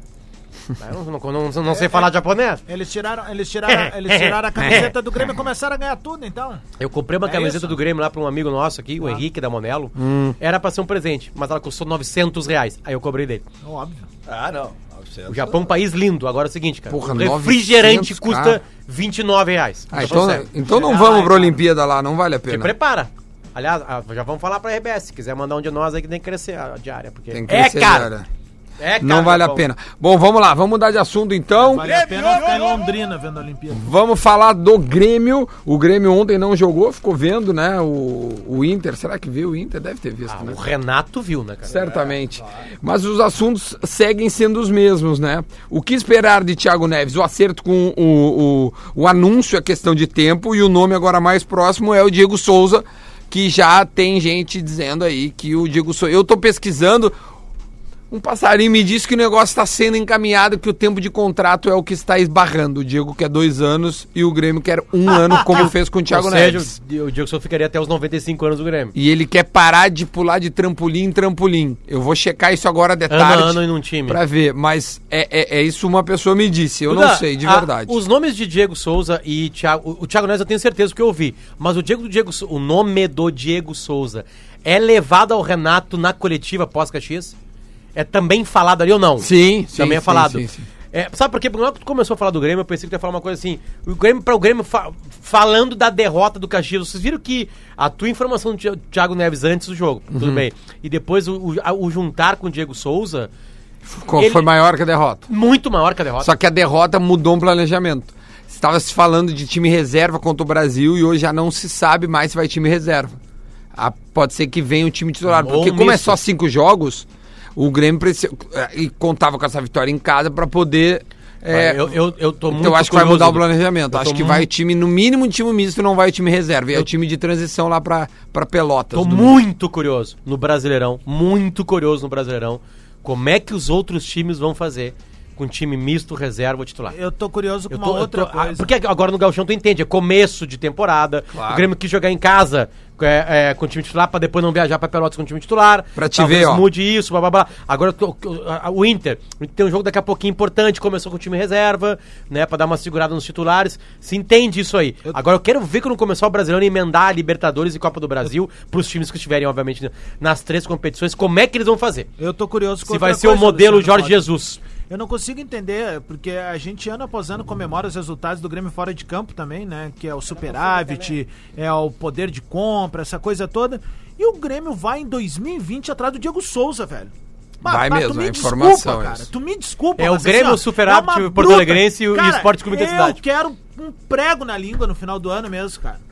[SPEAKER 5] Eu não, não- não- não- não sei falar japonês.
[SPEAKER 4] Eles tiraram, eles tiraram, eles tiraram a camiseta do Grêmio e começaram a ganhar tudo, então.
[SPEAKER 5] Eu comprei uma
[SPEAKER 4] É
[SPEAKER 5] camiseta
[SPEAKER 4] isso. Ah.
[SPEAKER 5] do Grêmio lá pra um amigo nosso aqui, o Henrique da Monelo.
[SPEAKER 2] Hum.
[SPEAKER 5] Era pra ser um presente, mas ela custou 900 reais. Aí eu cobrei dele.
[SPEAKER 4] Óbvio.
[SPEAKER 3] Ah, não.
[SPEAKER 5] O Japão é um país lindo. Agora é o seguinte, cara.
[SPEAKER 2] Porra,
[SPEAKER 5] um refrigerante
[SPEAKER 2] 900,
[SPEAKER 5] custa
[SPEAKER 2] cara.
[SPEAKER 5] 29 reais.
[SPEAKER 2] Ah,
[SPEAKER 5] Tô falando
[SPEAKER 2] então,
[SPEAKER 5] sério.
[SPEAKER 2] então não
[SPEAKER 4] Chegar lá,
[SPEAKER 2] vamos pra
[SPEAKER 4] então.
[SPEAKER 2] Olimpíada lá, não vale a
[SPEAKER 5] Te
[SPEAKER 2] pena.
[SPEAKER 5] prepara. Aliás, ah, já vamos falar pra RBS. Se quiser mandar um de nós aí que tem que crescer a diária. Porque
[SPEAKER 2] Tem que crescer,
[SPEAKER 5] é caro.
[SPEAKER 2] cara.
[SPEAKER 5] É caro,
[SPEAKER 2] Não vale a
[SPEAKER 5] Japão.
[SPEAKER 2] pena. Bom, vamos lá, vamos mudar de assunto então.
[SPEAKER 4] Vale a pena ficar em Londrina vendo a Olimpíada.
[SPEAKER 2] Vamos falar do Grêmio. O Grêmio ontem não jogou, ficou vendo, né? O, o Inter. Será que viu o Inter? Deve ter visto,
[SPEAKER 5] Ah,
[SPEAKER 2] né?
[SPEAKER 5] o Renato viu, né, cara?
[SPEAKER 2] É, Certamente. Mas os assuntos seguem sendo os mesmos, né? O que esperar de Thiago Neves? O acerto com o, o, o anúncio é questão de tempo e o nome agora mais próximo é o Diego Souza, que já tem gente dizendo aí que o Diego Souza. Eu tô pesquisando. Um passarinho me disse que o negócio está sendo encaminhado, que o tempo de contrato é o que está esbarrando. O Diego quer dois anos e o Grêmio quer um ano, como fez com o Thiago
[SPEAKER 5] Ou seja,
[SPEAKER 2] Neves.
[SPEAKER 5] o Di- o Diego Souza ficaria até os 95 anos do Grêmio.
[SPEAKER 2] E ele quer parar de pular de trampolim em trampolim. Eu vou checar isso agora de
[SPEAKER 5] Ano a
[SPEAKER 2] tarde
[SPEAKER 5] ano e num time.
[SPEAKER 2] pra ver. Mas é, é, é isso uma pessoa me disse. Eu
[SPEAKER 5] Duda,
[SPEAKER 2] não sei, de
[SPEAKER 5] a-
[SPEAKER 2] verdade.
[SPEAKER 5] os nomes de Diego Souza e Thiago. O, o Thiago Neves eu tenho certeza que eu ouvi. Mas o Diego do Diego Sou- o nome do Diego Souza é levado ao Renato na coletiva pós-Caxias? É também falado ali ou não?
[SPEAKER 2] Sim, sim,
[SPEAKER 5] Também é
[SPEAKER 2] sim,
[SPEAKER 5] falado.
[SPEAKER 2] sim, sim.
[SPEAKER 5] É, sabe por quê? Porque quando tu começou a falar do Grêmio, eu pensei que tu ia falar uma coisa assim. O Grêmio, para o Grêmio, fa- falando da derrota do Caxias, vocês viram que a tua informação do Thi- Thiago Neves antes do jogo,
[SPEAKER 2] Uhum.
[SPEAKER 5] tudo bem. E depois o, o- a- o juntar com o Diego Souza,
[SPEAKER 2] Co-
[SPEAKER 5] ele-
[SPEAKER 2] Foi maior que a derrota.
[SPEAKER 5] muito maior que a derrota.
[SPEAKER 2] Só que a derrota mudou um planejamento. Estava se falando de time reserva contra o Brasil e hoje já não se sabe mais se vai time reserva. Ah, pode ser que venha o time titular.
[SPEAKER 5] Um Bom
[SPEAKER 2] Porque como é
[SPEAKER 5] misto.
[SPEAKER 2] só cinco jogos, o Grêmio precisa, eh, e contava com essa vitória em casa para poder. eh,
[SPEAKER 5] eu, eu, eu tô muito
[SPEAKER 2] então acho que vai
[SPEAKER 5] curioso,
[SPEAKER 2] mudar o
[SPEAKER 5] Duda.
[SPEAKER 2] planejamento.
[SPEAKER 5] Eu
[SPEAKER 2] Acho
[SPEAKER 5] tô
[SPEAKER 2] que
[SPEAKER 5] mu-
[SPEAKER 2] vai o time, no mínimo o time misto, não vai o time reserva. E é o time de transição lá pra, pra Pelotas.
[SPEAKER 5] Tô
[SPEAKER 2] domingo.
[SPEAKER 5] muito curioso no Brasileirão, muito curioso no Brasileirão. Como é que os outros times vão fazer com time misto, reserva ou titular?
[SPEAKER 4] Eu tô curioso com
[SPEAKER 5] Eu
[SPEAKER 4] uma
[SPEAKER 5] tô- eu
[SPEAKER 4] outra
[SPEAKER 5] tô- ah,
[SPEAKER 4] coisa.
[SPEAKER 5] porque agora no Gauchão tu entende, é começo de temporada.
[SPEAKER 2] Claro.
[SPEAKER 5] O Grêmio quis jogar em casa é, é, com o time titular pra depois não viajar pra Pelotas com o time titular.
[SPEAKER 2] Pra te
[SPEAKER 5] Talvez
[SPEAKER 2] ver, ó.
[SPEAKER 5] mude isso, blá blá blá. Agora o, o- o Inter tem um jogo daqui a pouquinho importante, começou com o time reserva, né, Pra dar uma segurada nos titulares. Se entende isso aí. Agora eu quero ver quando começar o Brasileirão emendar a Libertadores e Copa do Brasil pros times que estiverem obviamente nas três competições, como é que eles vão fazer?
[SPEAKER 4] Eu tô curioso com
[SPEAKER 5] Se
[SPEAKER 4] outra
[SPEAKER 5] vai ser o
[SPEAKER 4] coisa,
[SPEAKER 5] modelo
[SPEAKER 4] Luciano
[SPEAKER 5] Jorge
[SPEAKER 4] Potter.
[SPEAKER 5] Jesus.
[SPEAKER 4] Eu não consigo entender, porque a gente ano após ano comemora os resultados do Grêmio fora de campo também, né? Que é o superávit, é o poder de compra, essa coisa toda. E o Grêmio vai em 2020 atrás do Diego Souza, velho. Bah,
[SPEAKER 2] Vai
[SPEAKER 4] bah,
[SPEAKER 2] mesmo,
[SPEAKER 4] tu me
[SPEAKER 2] é
[SPEAKER 4] desculpa,
[SPEAKER 2] informação
[SPEAKER 4] cara.
[SPEAKER 2] isso.
[SPEAKER 4] Tu me desculpa,
[SPEAKER 5] É o
[SPEAKER 4] mas assim,
[SPEAKER 5] Grêmio,
[SPEAKER 4] ó,
[SPEAKER 5] o superávit,
[SPEAKER 4] uma
[SPEAKER 5] o Porto
[SPEAKER 4] bruta.
[SPEAKER 5] Alegrense e o- e o
[SPEAKER 4] Cara,
[SPEAKER 5] Esporte Clube da Cidade.
[SPEAKER 4] Eu quero um prego na língua no final do ano mesmo, cara.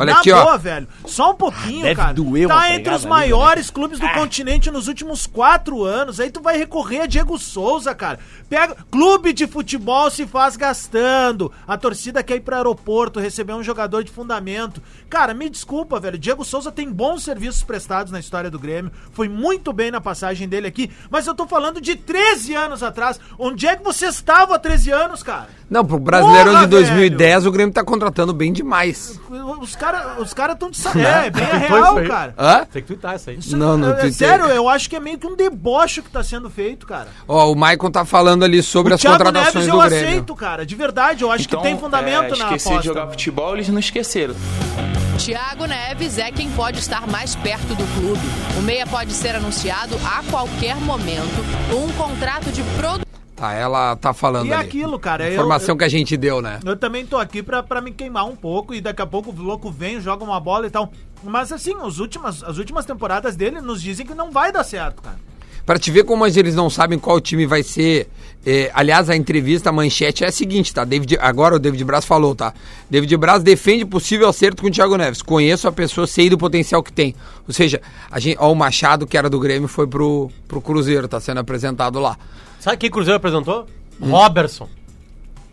[SPEAKER 2] Olha
[SPEAKER 4] Na
[SPEAKER 2] aqui, ó.
[SPEAKER 4] boa, velho. Só um pouquinho,
[SPEAKER 7] Ah, Deve
[SPEAKER 4] cara.
[SPEAKER 7] doer uma
[SPEAKER 4] tá
[SPEAKER 7] pegada
[SPEAKER 4] entre os
[SPEAKER 7] ali, né? Ah.
[SPEAKER 4] maiores clubes do continente nos últimos quatro anos. Aí tu vai recorrer a Diego Souza, cara. Pega. Clube de futebol se faz gastando. A torcida quer ir pro aeroporto, receber um jogador de fundamento. Cara, me desculpa, velho. Diego Souza tem bons serviços prestados na história do Grêmio. Foi muito bem na passagem dele aqui. Mas eu tô falando de 13 anos atrás. Onde é que você estava há 13 anos, cara?
[SPEAKER 2] Não, pro Brasileirão
[SPEAKER 4] Porra,
[SPEAKER 2] de 2010, o Grêmio tá contratando bem demais.
[SPEAKER 4] Os caras os cara tão de sacanagem. É, bem a real,
[SPEAKER 5] Pois é.
[SPEAKER 4] cara.
[SPEAKER 2] Hã?
[SPEAKER 5] Tem que twittar isso aí.
[SPEAKER 4] Isso
[SPEAKER 2] Não, não,
[SPEAKER 4] é- é
[SPEAKER 2] tu-
[SPEAKER 4] sério, eu acho que é meio que um deboche que tá sendo feito, cara.
[SPEAKER 2] Ó, o Maicon tá falando ali sobre as
[SPEAKER 4] Thiago
[SPEAKER 2] contratações
[SPEAKER 4] Neves eu
[SPEAKER 2] do Grêmio.
[SPEAKER 4] aceito, cara. De verdade, eu Então, é, acho que tem fundamento na
[SPEAKER 7] Então, é, esquecer
[SPEAKER 4] aposta.
[SPEAKER 7] de jogar futebol, eles não esqueceram.
[SPEAKER 8] Thiago Neves é quem pode estar mais perto do clube. O meia pode ser anunciado a qualquer momento. Um contrato de produção.
[SPEAKER 2] Tá, ela tá falando
[SPEAKER 4] E é
[SPEAKER 2] ali.
[SPEAKER 4] aquilo, cara, eu-
[SPEAKER 2] Informação
[SPEAKER 4] eu-
[SPEAKER 2] que a gente deu, né?
[SPEAKER 4] Eu também tô aqui pra, pra me queimar um pouco e daqui a pouco o louco vem, joga uma bola e tal. Mas assim, os últimas, as últimas temporadas dele nos dizem que não vai dar certo, cara.
[SPEAKER 2] Pra te ver como mas eles não sabem qual time vai ser. eh, aliás, a entrevista, a manchete é a seguinte, tá? David, agora o David Braz falou, tá? David Braz defende possível acerto com o Thiago Neves. Conheço a pessoa, sei do potencial que tem. Ou seja, a gente, ó, o Machado, que era do Grêmio, foi pro, pro Cruzeiro, tá sendo apresentado lá.
[SPEAKER 5] Sabe quem o Cruzeiro apresentou? Robertson.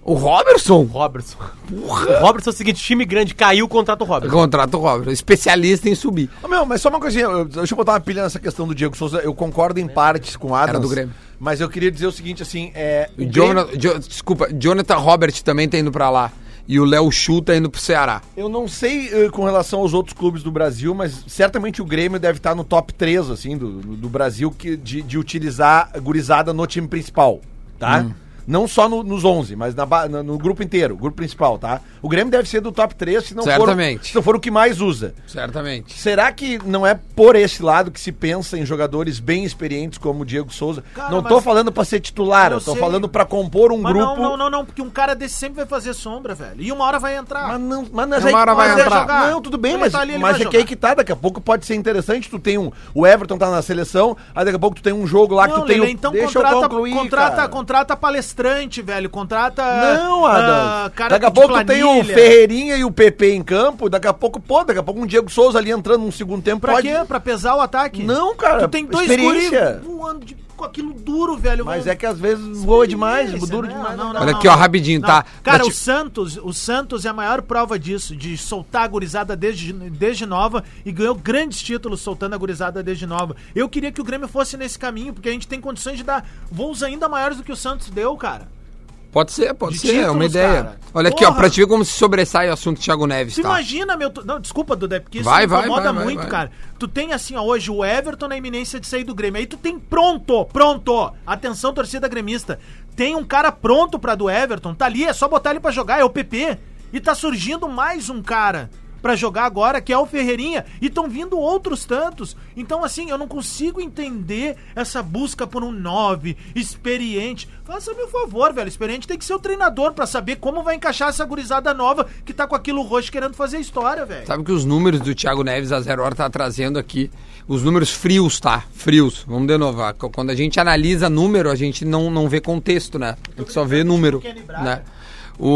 [SPEAKER 2] O Robertson?
[SPEAKER 5] Robertson. O Robertson é o seguinte, time grande caiu, contrata o Robertson.
[SPEAKER 2] Contrata o Robertson, especialista em subir.
[SPEAKER 3] Ô, meu, mas só uma coisinha, eu- deixa eu botar uma pilha nessa questão do Diego Souza. Eu concordo em partes com o Adams,
[SPEAKER 2] É. Era do Grêmio.
[SPEAKER 3] Mas eu queria dizer o seguinte, assim, é.
[SPEAKER 2] O
[SPEAKER 3] o
[SPEAKER 2] Jonathan,
[SPEAKER 3] Grêmio-
[SPEAKER 2] Jo- desculpa, Jonathan Robert também tá indo pra lá. E o Léo Chu tá indo pro Ceará.
[SPEAKER 3] eu não sei eh, com relação aos outros clubes do Brasil, mas certamente o Grêmio deve estar no top 3, assim, do, do Brasil, que, de, de utilizar a gurizada no time principal, tá? Não só no- nos 11, mas na ba- na- no grupo inteiro, grupo principal, tá? O Grêmio deve ser do top 3, se não, for,
[SPEAKER 2] Certamente.
[SPEAKER 3] se não for o que mais usa.
[SPEAKER 2] Certamente.
[SPEAKER 3] Será que não é por esse lado que se pensa em jogadores bem experientes como o Diego Souza?
[SPEAKER 4] Cara,
[SPEAKER 3] não tô
[SPEAKER 4] mas-
[SPEAKER 3] falando pra ser titular,
[SPEAKER 4] Eu
[SPEAKER 3] eu tô
[SPEAKER 4] sei.
[SPEAKER 3] falando pra compor um
[SPEAKER 4] Mas
[SPEAKER 3] grupo.
[SPEAKER 4] não, não, não, não, porque um cara desse sempre vai fazer sombra, velho. E uma hora vai entrar.
[SPEAKER 3] Mas não, mas nós
[SPEAKER 2] Uma hora vai
[SPEAKER 3] nós é
[SPEAKER 2] entrar.
[SPEAKER 3] jogar. Não, tudo bem,
[SPEAKER 4] Ele
[SPEAKER 3] mas,
[SPEAKER 4] tá ali, ele vai
[SPEAKER 3] mas é que aí
[SPEAKER 4] jogar.
[SPEAKER 3] que tá, daqui a pouco pode ser interessante, tu tem um, o Everton tá na seleção, aí daqui a pouco tu tem um jogo lá que tu tem
[SPEAKER 4] Lelê,
[SPEAKER 3] o-
[SPEAKER 4] então
[SPEAKER 3] deixa eu
[SPEAKER 4] contrata,
[SPEAKER 3] concluir,
[SPEAKER 4] contrata,
[SPEAKER 3] cara.
[SPEAKER 4] contrata palestrante, velho. Contrata.
[SPEAKER 3] Não, Adams.
[SPEAKER 4] ah, cara
[SPEAKER 3] daqui a
[SPEAKER 4] de
[SPEAKER 3] pouco tem o
[SPEAKER 4] planilha.
[SPEAKER 3] Ferreirinha e o PP em campo, daqui a pouco, pô, daqui a pouco um Diego Souza ali entrando num segundo tempo
[SPEAKER 4] Pra
[SPEAKER 3] pode...
[SPEAKER 4] quê? Pra pesar o ataque?
[SPEAKER 3] Não, cara,
[SPEAKER 4] Tu tem dois guri
[SPEAKER 3] experiência.
[SPEAKER 4] voando de, com aquilo duro, velho.
[SPEAKER 3] Mas
[SPEAKER 4] Vai-
[SPEAKER 3] é que às vezes voa demais, duro
[SPEAKER 4] né?
[SPEAKER 3] demais.
[SPEAKER 4] Não,
[SPEAKER 3] né?
[SPEAKER 4] não,
[SPEAKER 2] Olha
[SPEAKER 4] não,
[SPEAKER 2] aqui, ó,
[SPEAKER 4] não.
[SPEAKER 2] rapidinho,
[SPEAKER 4] Não.
[SPEAKER 2] tá?
[SPEAKER 4] Cara,
[SPEAKER 2] Mas
[SPEAKER 4] o Santos, o Santos é a maior prova disso, de soltar a gurizada desde, desde nova e ganhou grandes títulos soltando a gurizada desde nova. Eu queria que o Grêmio fosse nesse caminho, porque a gente tem condições de dar voos ainda maiores do que o Santos deu, cara.
[SPEAKER 2] Pode ser, pode
[SPEAKER 4] De
[SPEAKER 2] ser, é uma
[SPEAKER 4] títulos,
[SPEAKER 2] ideia.
[SPEAKER 4] cara.
[SPEAKER 2] Olha aqui, ó,
[SPEAKER 4] Porra.
[SPEAKER 2] pra te ver como se sobressai o assunto Thiago Neves,
[SPEAKER 4] Tu
[SPEAKER 2] tá?
[SPEAKER 4] imagina, meu. tu- Não, desculpa, Duda, é porque isso
[SPEAKER 2] Vai,
[SPEAKER 4] me
[SPEAKER 2] vai,
[SPEAKER 4] incomoda
[SPEAKER 2] vai, vai,
[SPEAKER 4] muito,
[SPEAKER 2] vai.
[SPEAKER 4] cara. Tu tem assim, ó, hoje o Everton na iminência de sair do Grêmio. Aí tu tem pronto, pronto. Atenção, torcida gremista. Tem um cara pronto pra do Everton. Tá ali, é só botar ele pra jogar, é o PP. E tá surgindo mais um cara pra jogar agora, que é o Ferreirinha. E estão vindo outros tantos. Então, assim, eu não consigo entender essa busca por um 9 experiente. Faça-me o favor, velho. Experiente tem que ser o treinador pra saber como vai encaixar essa gurizada nova que tá com aquilo roxo querendo fazer história, velho.
[SPEAKER 2] Sabe que os números do Thiago Neves a Zero Hora tá trazendo aqui, os números frios, tá? Frios. Vamos de novo. ah, qu- Quando a gente analisa número, a gente não, não vê contexto, né? A gente só vê número. Né? O,